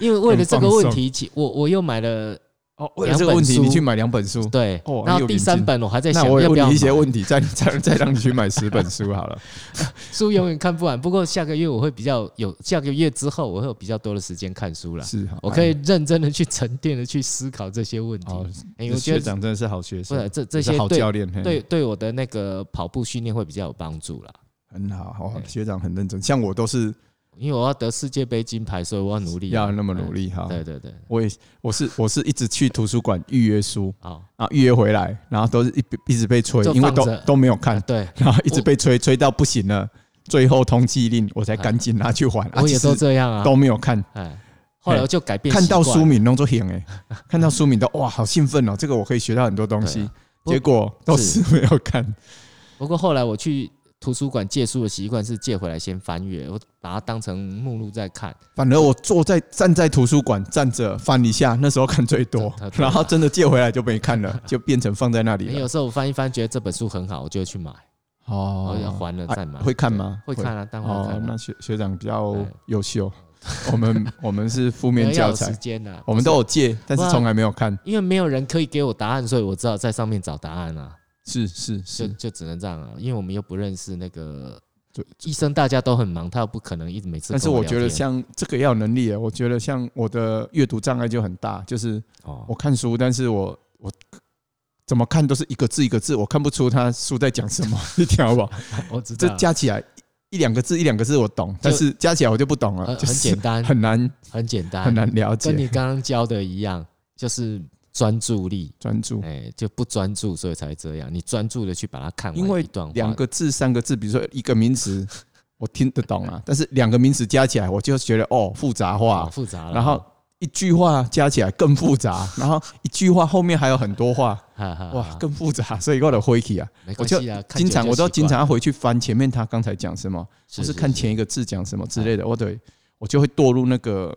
[SPEAKER 3] 因为为了这个
[SPEAKER 2] 很放
[SPEAKER 3] 问
[SPEAKER 2] 松
[SPEAKER 3] 题，其我我又买了
[SPEAKER 2] 哦，为了这个问题，
[SPEAKER 3] 两本书
[SPEAKER 2] 你去买两本书。
[SPEAKER 3] 对
[SPEAKER 2] 哦，
[SPEAKER 3] 然
[SPEAKER 2] 很
[SPEAKER 3] 后
[SPEAKER 2] 有
[SPEAKER 3] 第
[SPEAKER 2] 灵
[SPEAKER 3] 三
[SPEAKER 2] 性
[SPEAKER 3] 本我还在想
[SPEAKER 2] 那我也
[SPEAKER 3] 要不
[SPEAKER 2] 问
[SPEAKER 3] 要
[SPEAKER 2] 你一些
[SPEAKER 3] 买
[SPEAKER 2] 问题，再 再再让你去买十本书好了。
[SPEAKER 3] 书永远看不完。不过下个月我会比较有，下个月之后我会有比较多的时间看书了。
[SPEAKER 2] 是，好
[SPEAKER 3] 啊
[SPEAKER 2] 哎
[SPEAKER 3] 我可以。认真的去沉淀的去思考这些问题。
[SPEAKER 2] 哦，
[SPEAKER 3] 哎、我
[SPEAKER 2] 这
[SPEAKER 3] 觉
[SPEAKER 2] 学
[SPEAKER 3] 得
[SPEAKER 2] 长真的是好学
[SPEAKER 3] 不
[SPEAKER 2] 生
[SPEAKER 3] 是，这这
[SPEAKER 2] 也是
[SPEAKER 3] 些
[SPEAKER 2] 好
[SPEAKER 3] 对
[SPEAKER 2] 教练，嘿
[SPEAKER 3] 对对我的那个跑步训练会比较有帮助啦。
[SPEAKER 2] 很好。好
[SPEAKER 3] 对
[SPEAKER 2] 学长很认真，像我都是
[SPEAKER 3] 因为我要得世界杯金牌，所以我要努力。啊哎
[SPEAKER 2] 要那么努力啊哈。
[SPEAKER 3] 对对对，
[SPEAKER 2] 我也我是我是一直去图书馆预约书，
[SPEAKER 3] 好，
[SPEAKER 2] 然后预约回来，然后都是一一直被催
[SPEAKER 3] 就，
[SPEAKER 2] 因为
[SPEAKER 3] 放
[SPEAKER 2] 都
[SPEAKER 3] 着
[SPEAKER 2] 都没有
[SPEAKER 3] 啊
[SPEAKER 2] 看，
[SPEAKER 3] 对，
[SPEAKER 2] 然后一直被催，催到不行了，最后通缉令我才赶紧拿去还，啊
[SPEAKER 3] 我也都
[SPEAKER 2] 其实
[SPEAKER 3] 这样啊。
[SPEAKER 2] 都没有看，
[SPEAKER 3] 哎，后来我就改变
[SPEAKER 2] 看
[SPEAKER 3] 习
[SPEAKER 2] 到
[SPEAKER 3] 惯
[SPEAKER 2] 书名弄作行 哎，看到书名都哇好兴奋哦，这个我可以学到很多东
[SPEAKER 3] 对
[SPEAKER 2] 西
[SPEAKER 3] 啊，不
[SPEAKER 2] 结果都是没有看，
[SPEAKER 3] 不过后来我去图书馆借书的习惯是借回来先翻阅，我把它当成目录在看。
[SPEAKER 2] 反而我坐在站在图书馆站着翻一下，那时候看最多
[SPEAKER 3] 真的， 对啊
[SPEAKER 2] 然后真的借回来就没 看了，就变成放在那里
[SPEAKER 3] 哎
[SPEAKER 2] 了哦
[SPEAKER 3] 有。时候我翻一翻，觉得这本书很好，我就会去买，然后要
[SPEAKER 2] 哦，
[SPEAKER 3] 还了
[SPEAKER 2] 啊
[SPEAKER 3] 再买。
[SPEAKER 2] 会看吗？
[SPEAKER 3] 会看啊，当然会
[SPEAKER 2] 哦
[SPEAKER 3] 看，啊。
[SPEAKER 2] 那学学长比较
[SPEAKER 3] 对
[SPEAKER 2] 优秀，我们 我们是负
[SPEAKER 3] 没有
[SPEAKER 2] 面
[SPEAKER 3] 要
[SPEAKER 2] 教
[SPEAKER 3] 有时
[SPEAKER 2] 材，
[SPEAKER 3] 间啊，
[SPEAKER 2] 我们都有借，但是
[SPEAKER 3] 哇
[SPEAKER 2] 从来没有看。
[SPEAKER 3] 因为没有人可以给我答案，所以我只好在上面找答案啊，
[SPEAKER 2] 是是，
[SPEAKER 3] 就是就只能这样啊，因为我们又不认识那个
[SPEAKER 2] 就
[SPEAKER 3] 医生，大家都很忙，他又不可能一直每次跟聊天。
[SPEAKER 2] 但是我觉得像这个要有能力耶，我觉得像我的阅读障碍就很大，就是我
[SPEAKER 3] 哦，
[SPEAKER 2] 看书，但是我我怎么看都是一个字一个字，我看不出他书在讲什么， 你 听好不好？
[SPEAKER 3] 我知
[SPEAKER 2] 这
[SPEAKER 3] 道，
[SPEAKER 2] 加起来一两个字一两个字我懂，但是加起来我就不懂了，
[SPEAKER 3] 很
[SPEAKER 2] 就
[SPEAKER 3] 呃很
[SPEAKER 2] 是
[SPEAKER 3] 简单，
[SPEAKER 2] 很难
[SPEAKER 3] 很简单，
[SPEAKER 2] 很难了
[SPEAKER 3] 跟
[SPEAKER 2] 解
[SPEAKER 3] 你刚刚教的一样，就是专注力，
[SPEAKER 2] 专注。
[SPEAKER 3] 哎，就不专注，所以才这样。你专注的去把它看
[SPEAKER 2] 因
[SPEAKER 3] 完
[SPEAKER 2] 为
[SPEAKER 3] 一段话，
[SPEAKER 2] 两个字三个字，比如说一个名词，我听得 懂啊，但是两个名词加起来我就觉得哦复杂
[SPEAKER 3] 哇
[SPEAKER 2] 化，
[SPEAKER 3] 复杂了，
[SPEAKER 2] 然后一句话加起来更 复杂，然后一句话后面还有很多话，
[SPEAKER 3] 哈哈
[SPEAKER 2] 哇
[SPEAKER 3] 哈，
[SPEAKER 2] 更复杂，所以我的灰体啊，
[SPEAKER 3] 没
[SPEAKER 2] 我
[SPEAKER 3] 关
[SPEAKER 2] 就
[SPEAKER 3] 系啊啊，看
[SPEAKER 2] 经
[SPEAKER 3] 久
[SPEAKER 2] 常
[SPEAKER 3] 就
[SPEAKER 2] 我都
[SPEAKER 3] 习
[SPEAKER 2] 经
[SPEAKER 3] 惯
[SPEAKER 2] 常
[SPEAKER 3] 了
[SPEAKER 2] 要回去翻前面他刚才讲什么，
[SPEAKER 3] 是
[SPEAKER 2] 或是
[SPEAKER 3] 是哎
[SPEAKER 2] 看前一个字讲什么之类的，我得我就会堕入那个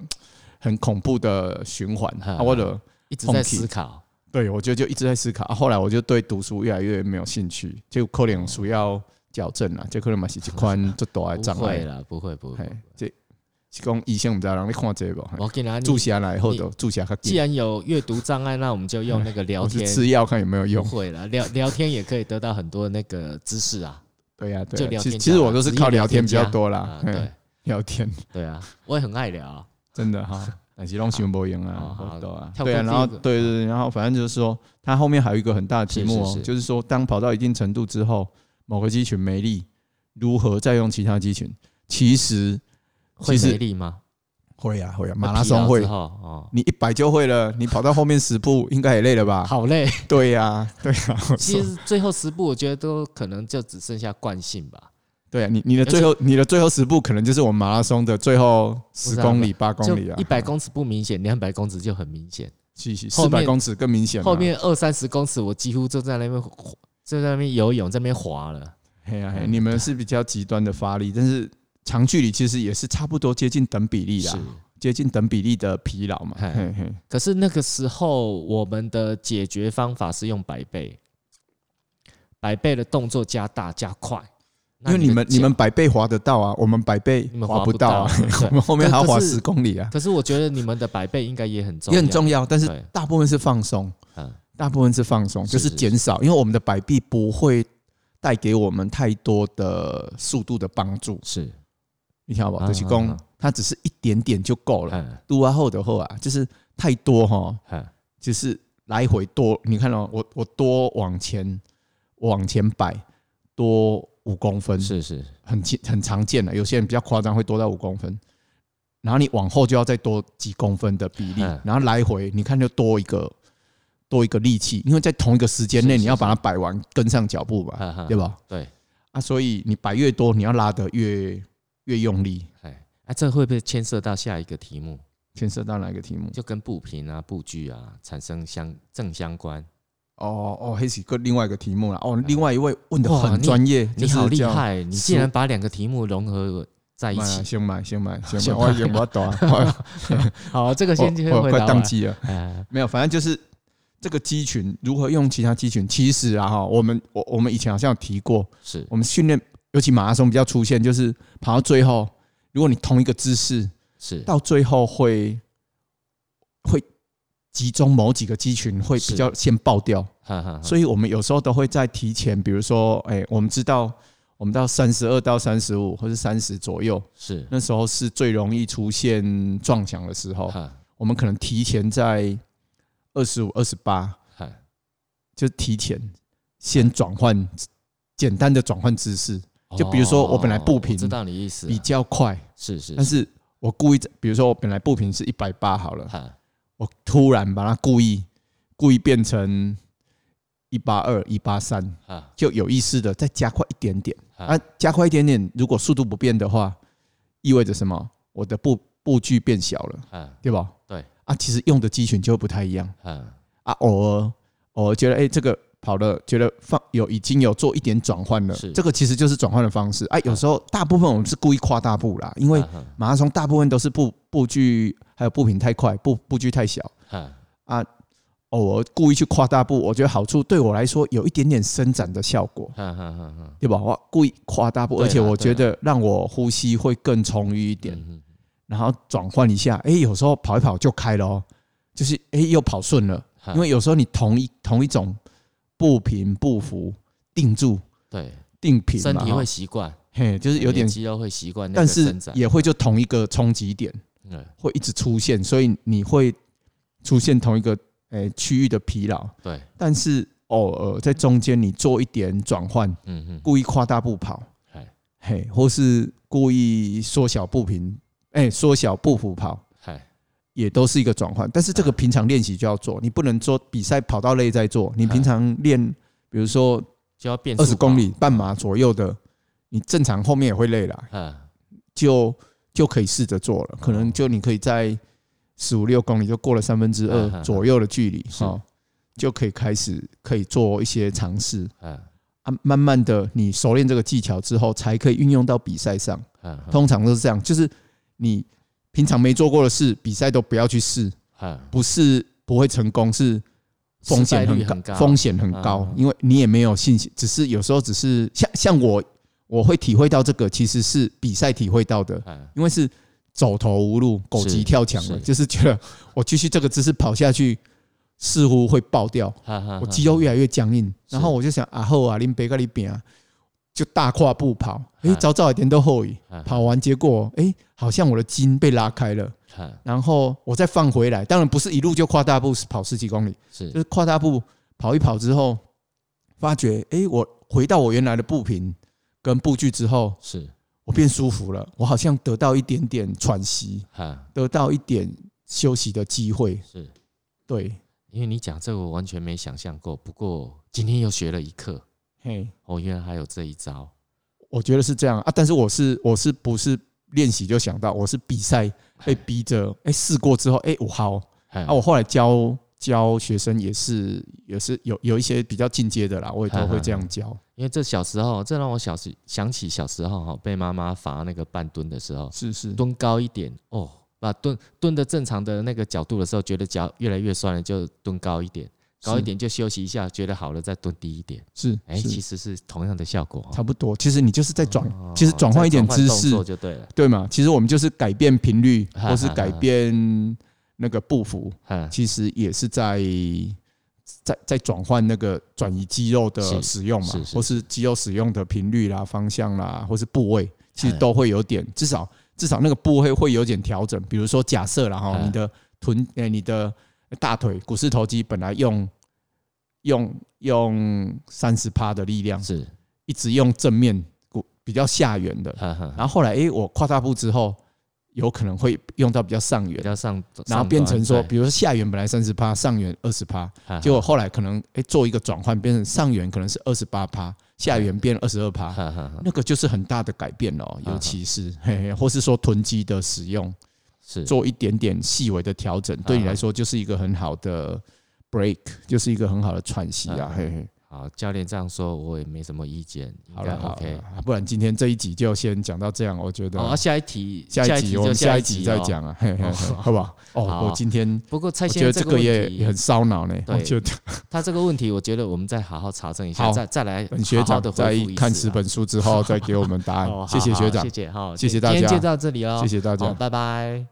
[SPEAKER 2] 很恐怖的循环，
[SPEAKER 3] 嗯
[SPEAKER 2] 啊我的
[SPEAKER 3] 一直在
[SPEAKER 2] Honky
[SPEAKER 3] 思考，
[SPEAKER 2] 对我觉得就一直在思考，啊后来我就对读书越来越没有兴趣，就可能需要矫正啊，这可能嘛是一 款最大的
[SPEAKER 3] 不
[SPEAKER 2] 障
[SPEAKER 3] 会
[SPEAKER 2] 碍，
[SPEAKER 3] 啦，不会不会
[SPEAKER 2] 嘿，这是讲医生不知道人你看这个无，
[SPEAKER 3] 我跟你讲，
[SPEAKER 2] 注
[SPEAKER 3] 你
[SPEAKER 2] 下来后头注下较
[SPEAKER 3] 既
[SPEAKER 2] 紧，
[SPEAKER 3] 然有阅读障碍，那我们就用那个聊
[SPEAKER 2] 我是
[SPEAKER 3] 天，
[SPEAKER 2] 吃药看有没有用
[SPEAKER 3] 不。会啦，聊聊天也可以得到很多那个知识啊，
[SPEAKER 2] 对呀、对
[SPEAKER 3] 就
[SPEAKER 2] 啊、
[SPEAKER 3] 聊
[SPEAKER 2] 其
[SPEAKER 3] 天就
[SPEAKER 2] 实其实
[SPEAKER 3] 好
[SPEAKER 2] 我
[SPEAKER 3] 了
[SPEAKER 2] 都是
[SPEAKER 3] 职业
[SPEAKER 2] 靠
[SPEAKER 3] 聊
[SPEAKER 2] 聊
[SPEAKER 3] 天
[SPEAKER 2] 天比较
[SPEAKER 3] 家
[SPEAKER 2] 多啦
[SPEAKER 3] 啊，，
[SPEAKER 2] 嘿
[SPEAKER 3] 对
[SPEAKER 2] 聊天
[SPEAKER 3] 对啊，我也很爱聊啊，
[SPEAKER 2] 真 的哈，但是拢想无用啊
[SPEAKER 3] 哦好，好
[SPEAKER 2] 我懂啊，
[SPEAKER 3] 跳过
[SPEAKER 2] 对啊，
[SPEAKER 3] 第
[SPEAKER 2] 然后
[SPEAKER 3] 一个
[SPEAKER 2] 对对对，然后反正就是说，它后面还有一个很大的题目
[SPEAKER 3] 是是
[SPEAKER 2] 哦
[SPEAKER 3] 是，
[SPEAKER 2] 就是说，当跑到一定程度之后，某个肌群没力，如何再用其他肌群？其实
[SPEAKER 3] 会
[SPEAKER 2] 其实
[SPEAKER 3] 没力吗？
[SPEAKER 2] 会啊会
[SPEAKER 3] 会
[SPEAKER 2] 啊，马拉
[SPEAKER 3] 疲劳
[SPEAKER 2] 松
[SPEAKER 3] 之
[SPEAKER 2] 会
[SPEAKER 3] 后，哦，
[SPEAKER 2] 你一百就会了，你跑到后面十步应该也累了吧？
[SPEAKER 3] 好 累。
[SPEAKER 2] 对呀对啊呀，我
[SPEAKER 3] 其
[SPEAKER 2] 说
[SPEAKER 3] 实最后十步，我觉得都可能就只剩下惯性吧。
[SPEAKER 2] 对啊，你你的最后你的最后十步可能就是我们马拉松的最后
[SPEAKER 3] 不
[SPEAKER 2] 十
[SPEAKER 3] 是啊
[SPEAKER 2] 公里八公
[SPEAKER 3] 就
[SPEAKER 2] 里啊，
[SPEAKER 3] 一百公尺不明显，两百公尺就很明显，后
[SPEAKER 2] 四
[SPEAKER 3] 面
[SPEAKER 2] 百公尺更明显啊，
[SPEAKER 3] 后面二三十公尺我几乎就在那边就在那边游泳，在那边滑了。
[SPEAKER 2] 嘿呀、嘿，
[SPEAKER 3] 嗯
[SPEAKER 2] 你们是比较极端的发力，但是长距离其实也是差不多接近等比例
[SPEAKER 3] 是
[SPEAKER 2] 啦，，接近等比例的疲劳嘛。
[SPEAKER 3] 嘿
[SPEAKER 2] 嘿嘿，
[SPEAKER 3] 可是那个时候我们的解决方法是用百倍，百倍的动作加大加快，
[SPEAKER 2] 因
[SPEAKER 3] 那
[SPEAKER 2] 为你们
[SPEAKER 3] 的脚
[SPEAKER 2] 你们百倍滑得到啊，我们百倍
[SPEAKER 3] 你们
[SPEAKER 2] 滑
[SPEAKER 3] 不
[SPEAKER 2] 不到
[SPEAKER 3] 啊
[SPEAKER 2] 啊， 我们后面还要滑
[SPEAKER 3] 可是
[SPEAKER 2] 十公里啊，
[SPEAKER 3] 可是我觉得你们的百倍应该也很重
[SPEAKER 2] 也
[SPEAKER 3] 要，
[SPEAKER 2] 很重要，但是
[SPEAKER 3] 对，
[SPEAKER 2] 大部分是放松，
[SPEAKER 3] 嗯，
[SPEAKER 2] 大部分是放松，
[SPEAKER 3] 是
[SPEAKER 2] 就是
[SPEAKER 3] 是
[SPEAKER 2] 减少，因为我们的摆臂不会带给我们太多的速度的帮助，
[SPEAKER 3] 是，
[SPEAKER 2] 你听好不好？
[SPEAKER 3] 啊
[SPEAKER 2] 就是
[SPEAKER 3] 啊啊
[SPEAKER 2] 功，它只是一点点就够了，
[SPEAKER 3] 嗯
[SPEAKER 2] 多啊后的后啊，就是太多哈，
[SPEAKER 3] 嗯，
[SPEAKER 2] 就是来回多，你看哦，我我多往前往前摆多五公分，
[SPEAKER 3] 是是，
[SPEAKER 2] 很见很常见的。有些人比较夸张，会多到五公分，然后你往后就要再多几公分的比例
[SPEAKER 3] 嗯，
[SPEAKER 2] 然后来回你看就多一个多一个力气，因为在同一个时间
[SPEAKER 3] 是
[SPEAKER 2] 内
[SPEAKER 3] 是
[SPEAKER 2] 你要
[SPEAKER 3] 是
[SPEAKER 2] 把它摆完，跟上脚步嘛，
[SPEAKER 3] 哈哈
[SPEAKER 2] 对吧？
[SPEAKER 3] 对，
[SPEAKER 2] 啊，所以你摆越多，你要拉得越越用力。
[SPEAKER 3] 哎，哎，这会不会牵涉到下一个题目？
[SPEAKER 2] 牵涉到哪一个题目？
[SPEAKER 3] 就跟步频啊、步距啊产生相正相关。
[SPEAKER 2] 哦哦，黑是个另外一个题目了。哦，
[SPEAKER 3] 哎
[SPEAKER 2] 另外一位问的
[SPEAKER 3] 哇
[SPEAKER 2] 很
[SPEAKER 3] 你
[SPEAKER 2] 专业，
[SPEAKER 3] 你好
[SPEAKER 2] 就是
[SPEAKER 3] 厉
[SPEAKER 2] 叫
[SPEAKER 3] 害，你竟然把两个题目融合在一
[SPEAKER 2] 买啊
[SPEAKER 3] 起。
[SPEAKER 2] 先买，先买，
[SPEAKER 3] 哦
[SPEAKER 2] 先
[SPEAKER 3] 先
[SPEAKER 2] 买，我
[SPEAKER 3] 买
[SPEAKER 2] 已经不懂啊， 我
[SPEAKER 3] 好，这个先先
[SPEAKER 2] 我我
[SPEAKER 3] 回
[SPEAKER 2] 快
[SPEAKER 3] 答
[SPEAKER 2] 宕
[SPEAKER 3] 完。
[SPEAKER 2] 机了。
[SPEAKER 3] 哎，
[SPEAKER 2] 没有，反正就是这个肌群如何用其他肌群。其实啊，哈，我们我我们以前好像有提过，
[SPEAKER 3] 是
[SPEAKER 2] 我们训练尤其马拉松比较出现，就是跑到最后，如果你同一个姿势
[SPEAKER 3] 是
[SPEAKER 2] 到最后会会集中某几个肌群会比较先爆掉，
[SPEAKER 3] 哈哈哈
[SPEAKER 2] 所以我们有时候都会在提前，比如说，哎、我们知道我们到三十二到三十五或是三十左右，
[SPEAKER 3] 是
[SPEAKER 2] 那时候是最容易出现撞墙的时候，
[SPEAKER 3] 哈
[SPEAKER 2] 我们可能提前在二十五、二十八，
[SPEAKER 3] 哈
[SPEAKER 2] 就是提前先转换简单的转换姿势，就比如说我本来步
[SPEAKER 3] 哦
[SPEAKER 2] 频
[SPEAKER 3] 我知道你意思
[SPEAKER 2] 比
[SPEAKER 3] 了，
[SPEAKER 2] 较快。
[SPEAKER 3] 是是
[SPEAKER 2] 但是我故意在，比如说我本来步频是一百八好了，
[SPEAKER 3] 哈
[SPEAKER 2] 我突然把它故意故意变成一八二、一八三，
[SPEAKER 3] 哈
[SPEAKER 2] 就有意识的再加快一点点。
[SPEAKER 3] 哈
[SPEAKER 2] 啊，加快一点点，如果速度不变的话，意味着什么？我的步步距变小了，
[SPEAKER 3] 哈
[SPEAKER 2] 对吧？
[SPEAKER 3] 对
[SPEAKER 2] 啊，其实用的肌群就会不太一样
[SPEAKER 3] 哈
[SPEAKER 2] 啊。偶尔偶尔觉得，哎、这个跑了，觉得放有已经有做一点转换了
[SPEAKER 3] 是，
[SPEAKER 2] 这个其实就是转换的方式啊。有时候大部分我们是故意跨大步啦，因为
[SPEAKER 3] 哈哈
[SPEAKER 2] 马拉松大部分都是步步距还有步频太快，步步距太小。
[SPEAKER 3] 哈
[SPEAKER 2] 偶尔故意去跨大步，我觉得好处对我来说有一点点伸展的效果，
[SPEAKER 3] 哈哈哈哈，
[SPEAKER 2] 对吧？我故意跨大步，
[SPEAKER 3] 对啦
[SPEAKER 2] 而且我觉得让我呼吸会更充裕一点，
[SPEAKER 3] 嗯
[SPEAKER 2] 然后转换一下。哎，有时候跑一跑就开了哦，就是哎又跑顺了，
[SPEAKER 3] 哈
[SPEAKER 2] 因为有时候你同一同一种步频步幅定住
[SPEAKER 3] 对
[SPEAKER 2] 定频嘛，
[SPEAKER 3] 身体
[SPEAKER 2] 哈
[SPEAKER 3] 会习惯，
[SPEAKER 2] 嘿就是有点
[SPEAKER 3] 你的，肌肉会习惯那
[SPEAKER 2] 但
[SPEAKER 3] 个
[SPEAKER 2] 是
[SPEAKER 3] 伸展，
[SPEAKER 2] 也会就同一个冲击点。
[SPEAKER 3] 嗯
[SPEAKER 2] 会一直出现，所以你会出现同一个诶、呃区域的疲劳。
[SPEAKER 3] 对，
[SPEAKER 2] 但是偶尔在中间你做一点转换，
[SPEAKER 3] 嗯嗯，
[SPEAKER 2] 故意跨大步跑
[SPEAKER 3] 嗨，
[SPEAKER 2] 嘿，或是故意缩小步频，哎、缩小步幅跑，
[SPEAKER 3] 嗨
[SPEAKER 2] 也都是一个转换。但是这个平常练习就要
[SPEAKER 3] 嗯
[SPEAKER 2] 做，你不能说比赛跑到累再做。你平常练，比如说
[SPEAKER 3] 就要变
[SPEAKER 2] 二十公里半马左右的，你正常后面也会累啦。
[SPEAKER 3] 啊
[SPEAKER 2] 就就可以试着做了。可
[SPEAKER 3] 哦
[SPEAKER 2] 能就你可以在十五六公里就过了三分之
[SPEAKER 3] 嗯嗯嗯
[SPEAKER 2] 二左右的距离，
[SPEAKER 3] 是
[SPEAKER 2] 哈、就可以开始可以做一些尝试
[SPEAKER 3] 啊
[SPEAKER 2] 啊。慢慢的，你熟练这个技巧之后，才可以运用到比赛上。
[SPEAKER 3] 啊
[SPEAKER 2] 通常都是这样，就是你平常没做过的事，比赛都不要去试，
[SPEAKER 3] 啊，
[SPEAKER 2] 不是不会成功，是风险
[SPEAKER 3] 很
[SPEAKER 2] 很高，
[SPEAKER 3] 高，
[SPEAKER 2] 风险很高
[SPEAKER 3] 嗯，
[SPEAKER 2] 因为你也没有信心，只是有时候只是像像我，我会体会到这个，其实是比赛体会到的，
[SPEAKER 3] 啊
[SPEAKER 2] 因为是走投无路，狗急跳墙
[SPEAKER 3] 是
[SPEAKER 2] 了，就是觉得我继续这个姿势跑下去，似乎会爆掉，
[SPEAKER 3] 哈哈，
[SPEAKER 2] 我肌肉越来越僵硬，
[SPEAKER 3] 是
[SPEAKER 2] 然后我就想啊后啊，林北个里边啊，就大跨步跑，诶，
[SPEAKER 3] 啊
[SPEAKER 2] 早早一点都后移，
[SPEAKER 3] 啊
[SPEAKER 2] 跑完结果诶，好像我的筋被拉开了，
[SPEAKER 3] 啊
[SPEAKER 2] 然后我再放回来，当然不是一路就跨大步跑十几公里，
[SPEAKER 3] 是
[SPEAKER 2] 就是跨大步跑一跑之后，发觉诶，我回到我原来的步频跟步距之后，
[SPEAKER 3] 是
[SPEAKER 2] 我变舒服了，我好像得到一点点喘息，
[SPEAKER 3] 哈
[SPEAKER 2] 得到一点休息的机会。
[SPEAKER 3] 是，
[SPEAKER 2] 对，
[SPEAKER 3] 因为你讲这个我完全没想象过，不过今天又学了一课，
[SPEAKER 2] 嘿，
[SPEAKER 3] 哦，原来还有这一招，
[SPEAKER 2] 我觉得是这样啊。但是我是我是不是练习就想到，我是比赛被逼着，哎、试过之后，哎、我好
[SPEAKER 3] 啊
[SPEAKER 2] 啊。我后来教教学生也是也是有有一些比较进阶的啦，我也都会这样教。
[SPEAKER 3] 因为这小时候，这让我小时想起小时候哈，被妈妈罚那个半蹲的时候，
[SPEAKER 2] 是是，
[SPEAKER 3] 蹲高一点哦，把蹲蹲的正常的那个角度的时候，觉得脚越来越酸了，就蹲高一点，高一点就休息一下，觉得好了再蹲低一点。
[SPEAKER 2] 是
[SPEAKER 3] 哎、
[SPEAKER 2] 是
[SPEAKER 3] 其实是同样的效果、
[SPEAKER 2] 差
[SPEAKER 3] 哦，
[SPEAKER 2] 不多。其实你就是在转，
[SPEAKER 3] 哦
[SPEAKER 2] 其实转换一点
[SPEAKER 3] 再转
[SPEAKER 2] 姿
[SPEAKER 3] 换动
[SPEAKER 2] 势
[SPEAKER 3] 作，就对了。
[SPEAKER 2] 对嘛？其实我们就是改变频率，
[SPEAKER 3] 哈哈
[SPEAKER 2] 或是
[SPEAKER 3] 哈
[SPEAKER 2] 改变那个步幅。
[SPEAKER 3] 嗯，
[SPEAKER 2] 其实也是在在在转换那个转移肌肉的
[SPEAKER 3] 是
[SPEAKER 2] 使用嘛
[SPEAKER 3] 是，是
[SPEAKER 2] 或是肌肉使用的频率啦、方向啦，或是部位，其实
[SPEAKER 3] 嗯
[SPEAKER 2] 都会有点，至少至少那个部位会有点调整。比如说，假设啦哈，
[SPEAKER 3] 嗯
[SPEAKER 2] 你的臀呃你的大腿股四头肌本来用用用三十趴的力量，
[SPEAKER 3] 是，
[SPEAKER 2] 一直用正面股比较下缘的，
[SPEAKER 3] 哈哈，
[SPEAKER 2] 然后后来诶我跨大步之后，有可能会用到比较上
[SPEAKER 3] 比
[SPEAKER 2] 缘。
[SPEAKER 3] 较上，
[SPEAKER 2] 然后变成
[SPEAKER 3] 上
[SPEAKER 2] 说，
[SPEAKER 3] 端，啊
[SPEAKER 2] 比如说下缘本来三十趴，上缘二十趴，
[SPEAKER 3] 对哈哈
[SPEAKER 2] 结果后来可能哎、诶做一个转换，变成上缘可能是二十八趴，下缘变二十二
[SPEAKER 3] 啊
[SPEAKER 2] 趴，
[SPEAKER 3] 哈哈哈
[SPEAKER 2] 那个就是很大的改变了哦，
[SPEAKER 3] 嗯
[SPEAKER 2] 尤其是嘿嘿，或是说臀肌的使用，
[SPEAKER 3] 是啊
[SPEAKER 2] 做一点点细微的调整，对你来说就是一个很好的 break，就是一个很好的喘息啊
[SPEAKER 3] 嗯。
[SPEAKER 2] 嘿嘿，
[SPEAKER 3] 好，教练这样说我也没什么意见，应
[SPEAKER 2] 好
[SPEAKER 3] 该
[SPEAKER 2] 了好
[SPEAKER 3] OK
[SPEAKER 2] 了。，不然今天这一集就先讲到这样，我觉得
[SPEAKER 3] 好，啊下一题，
[SPEAKER 2] 下
[SPEAKER 3] 一
[SPEAKER 2] 一
[SPEAKER 3] 题
[SPEAKER 2] 集我
[SPEAKER 3] 就
[SPEAKER 2] 们下
[SPEAKER 3] 一
[SPEAKER 2] 一集再
[SPEAKER 3] 哦。
[SPEAKER 2] 讲啊，嘿嘿嘿
[SPEAKER 3] 哦
[SPEAKER 2] 好不好？
[SPEAKER 3] 好
[SPEAKER 2] 哦，我今天
[SPEAKER 3] 不过蔡
[SPEAKER 2] 我
[SPEAKER 3] 先
[SPEAKER 2] 觉
[SPEAKER 3] 生
[SPEAKER 2] 得
[SPEAKER 3] 这
[SPEAKER 2] 这
[SPEAKER 3] 个
[SPEAKER 2] 个
[SPEAKER 3] 问
[SPEAKER 2] 也也很
[SPEAKER 3] 题，
[SPEAKER 2] 烧脑呢，
[SPEAKER 3] 对
[SPEAKER 2] 我觉得
[SPEAKER 3] 他这个问题，我觉得我们再好好查证一下，
[SPEAKER 2] 好
[SPEAKER 3] 再再来
[SPEAKER 2] 本学
[SPEAKER 3] 好好
[SPEAKER 2] 长
[SPEAKER 3] 的
[SPEAKER 2] 在
[SPEAKER 3] 回复一
[SPEAKER 2] 看
[SPEAKER 3] 次
[SPEAKER 2] 十
[SPEAKER 3] 啊。
[SPEAKER 2] 本书之后再给我们答案
[SPEAKER 3] 哦，，
[SPEAKER 2] 谢谢
[SPEAKER 3] 好好
[SPEAKER 2] 学长
[SPEAKER 3] 谢，谢哈，
[SPEAKER 2] 谢谢大
[SPEAKER 3] 今天
[SPEAKER 2] 家
[SPEAKER 3] 就到这里哦，
[SPEAKER 2] 谢谢大
[SPEAKER 3] 好，
[SPEAKER 2] 家。
[SPEAKER 3] 拜拜。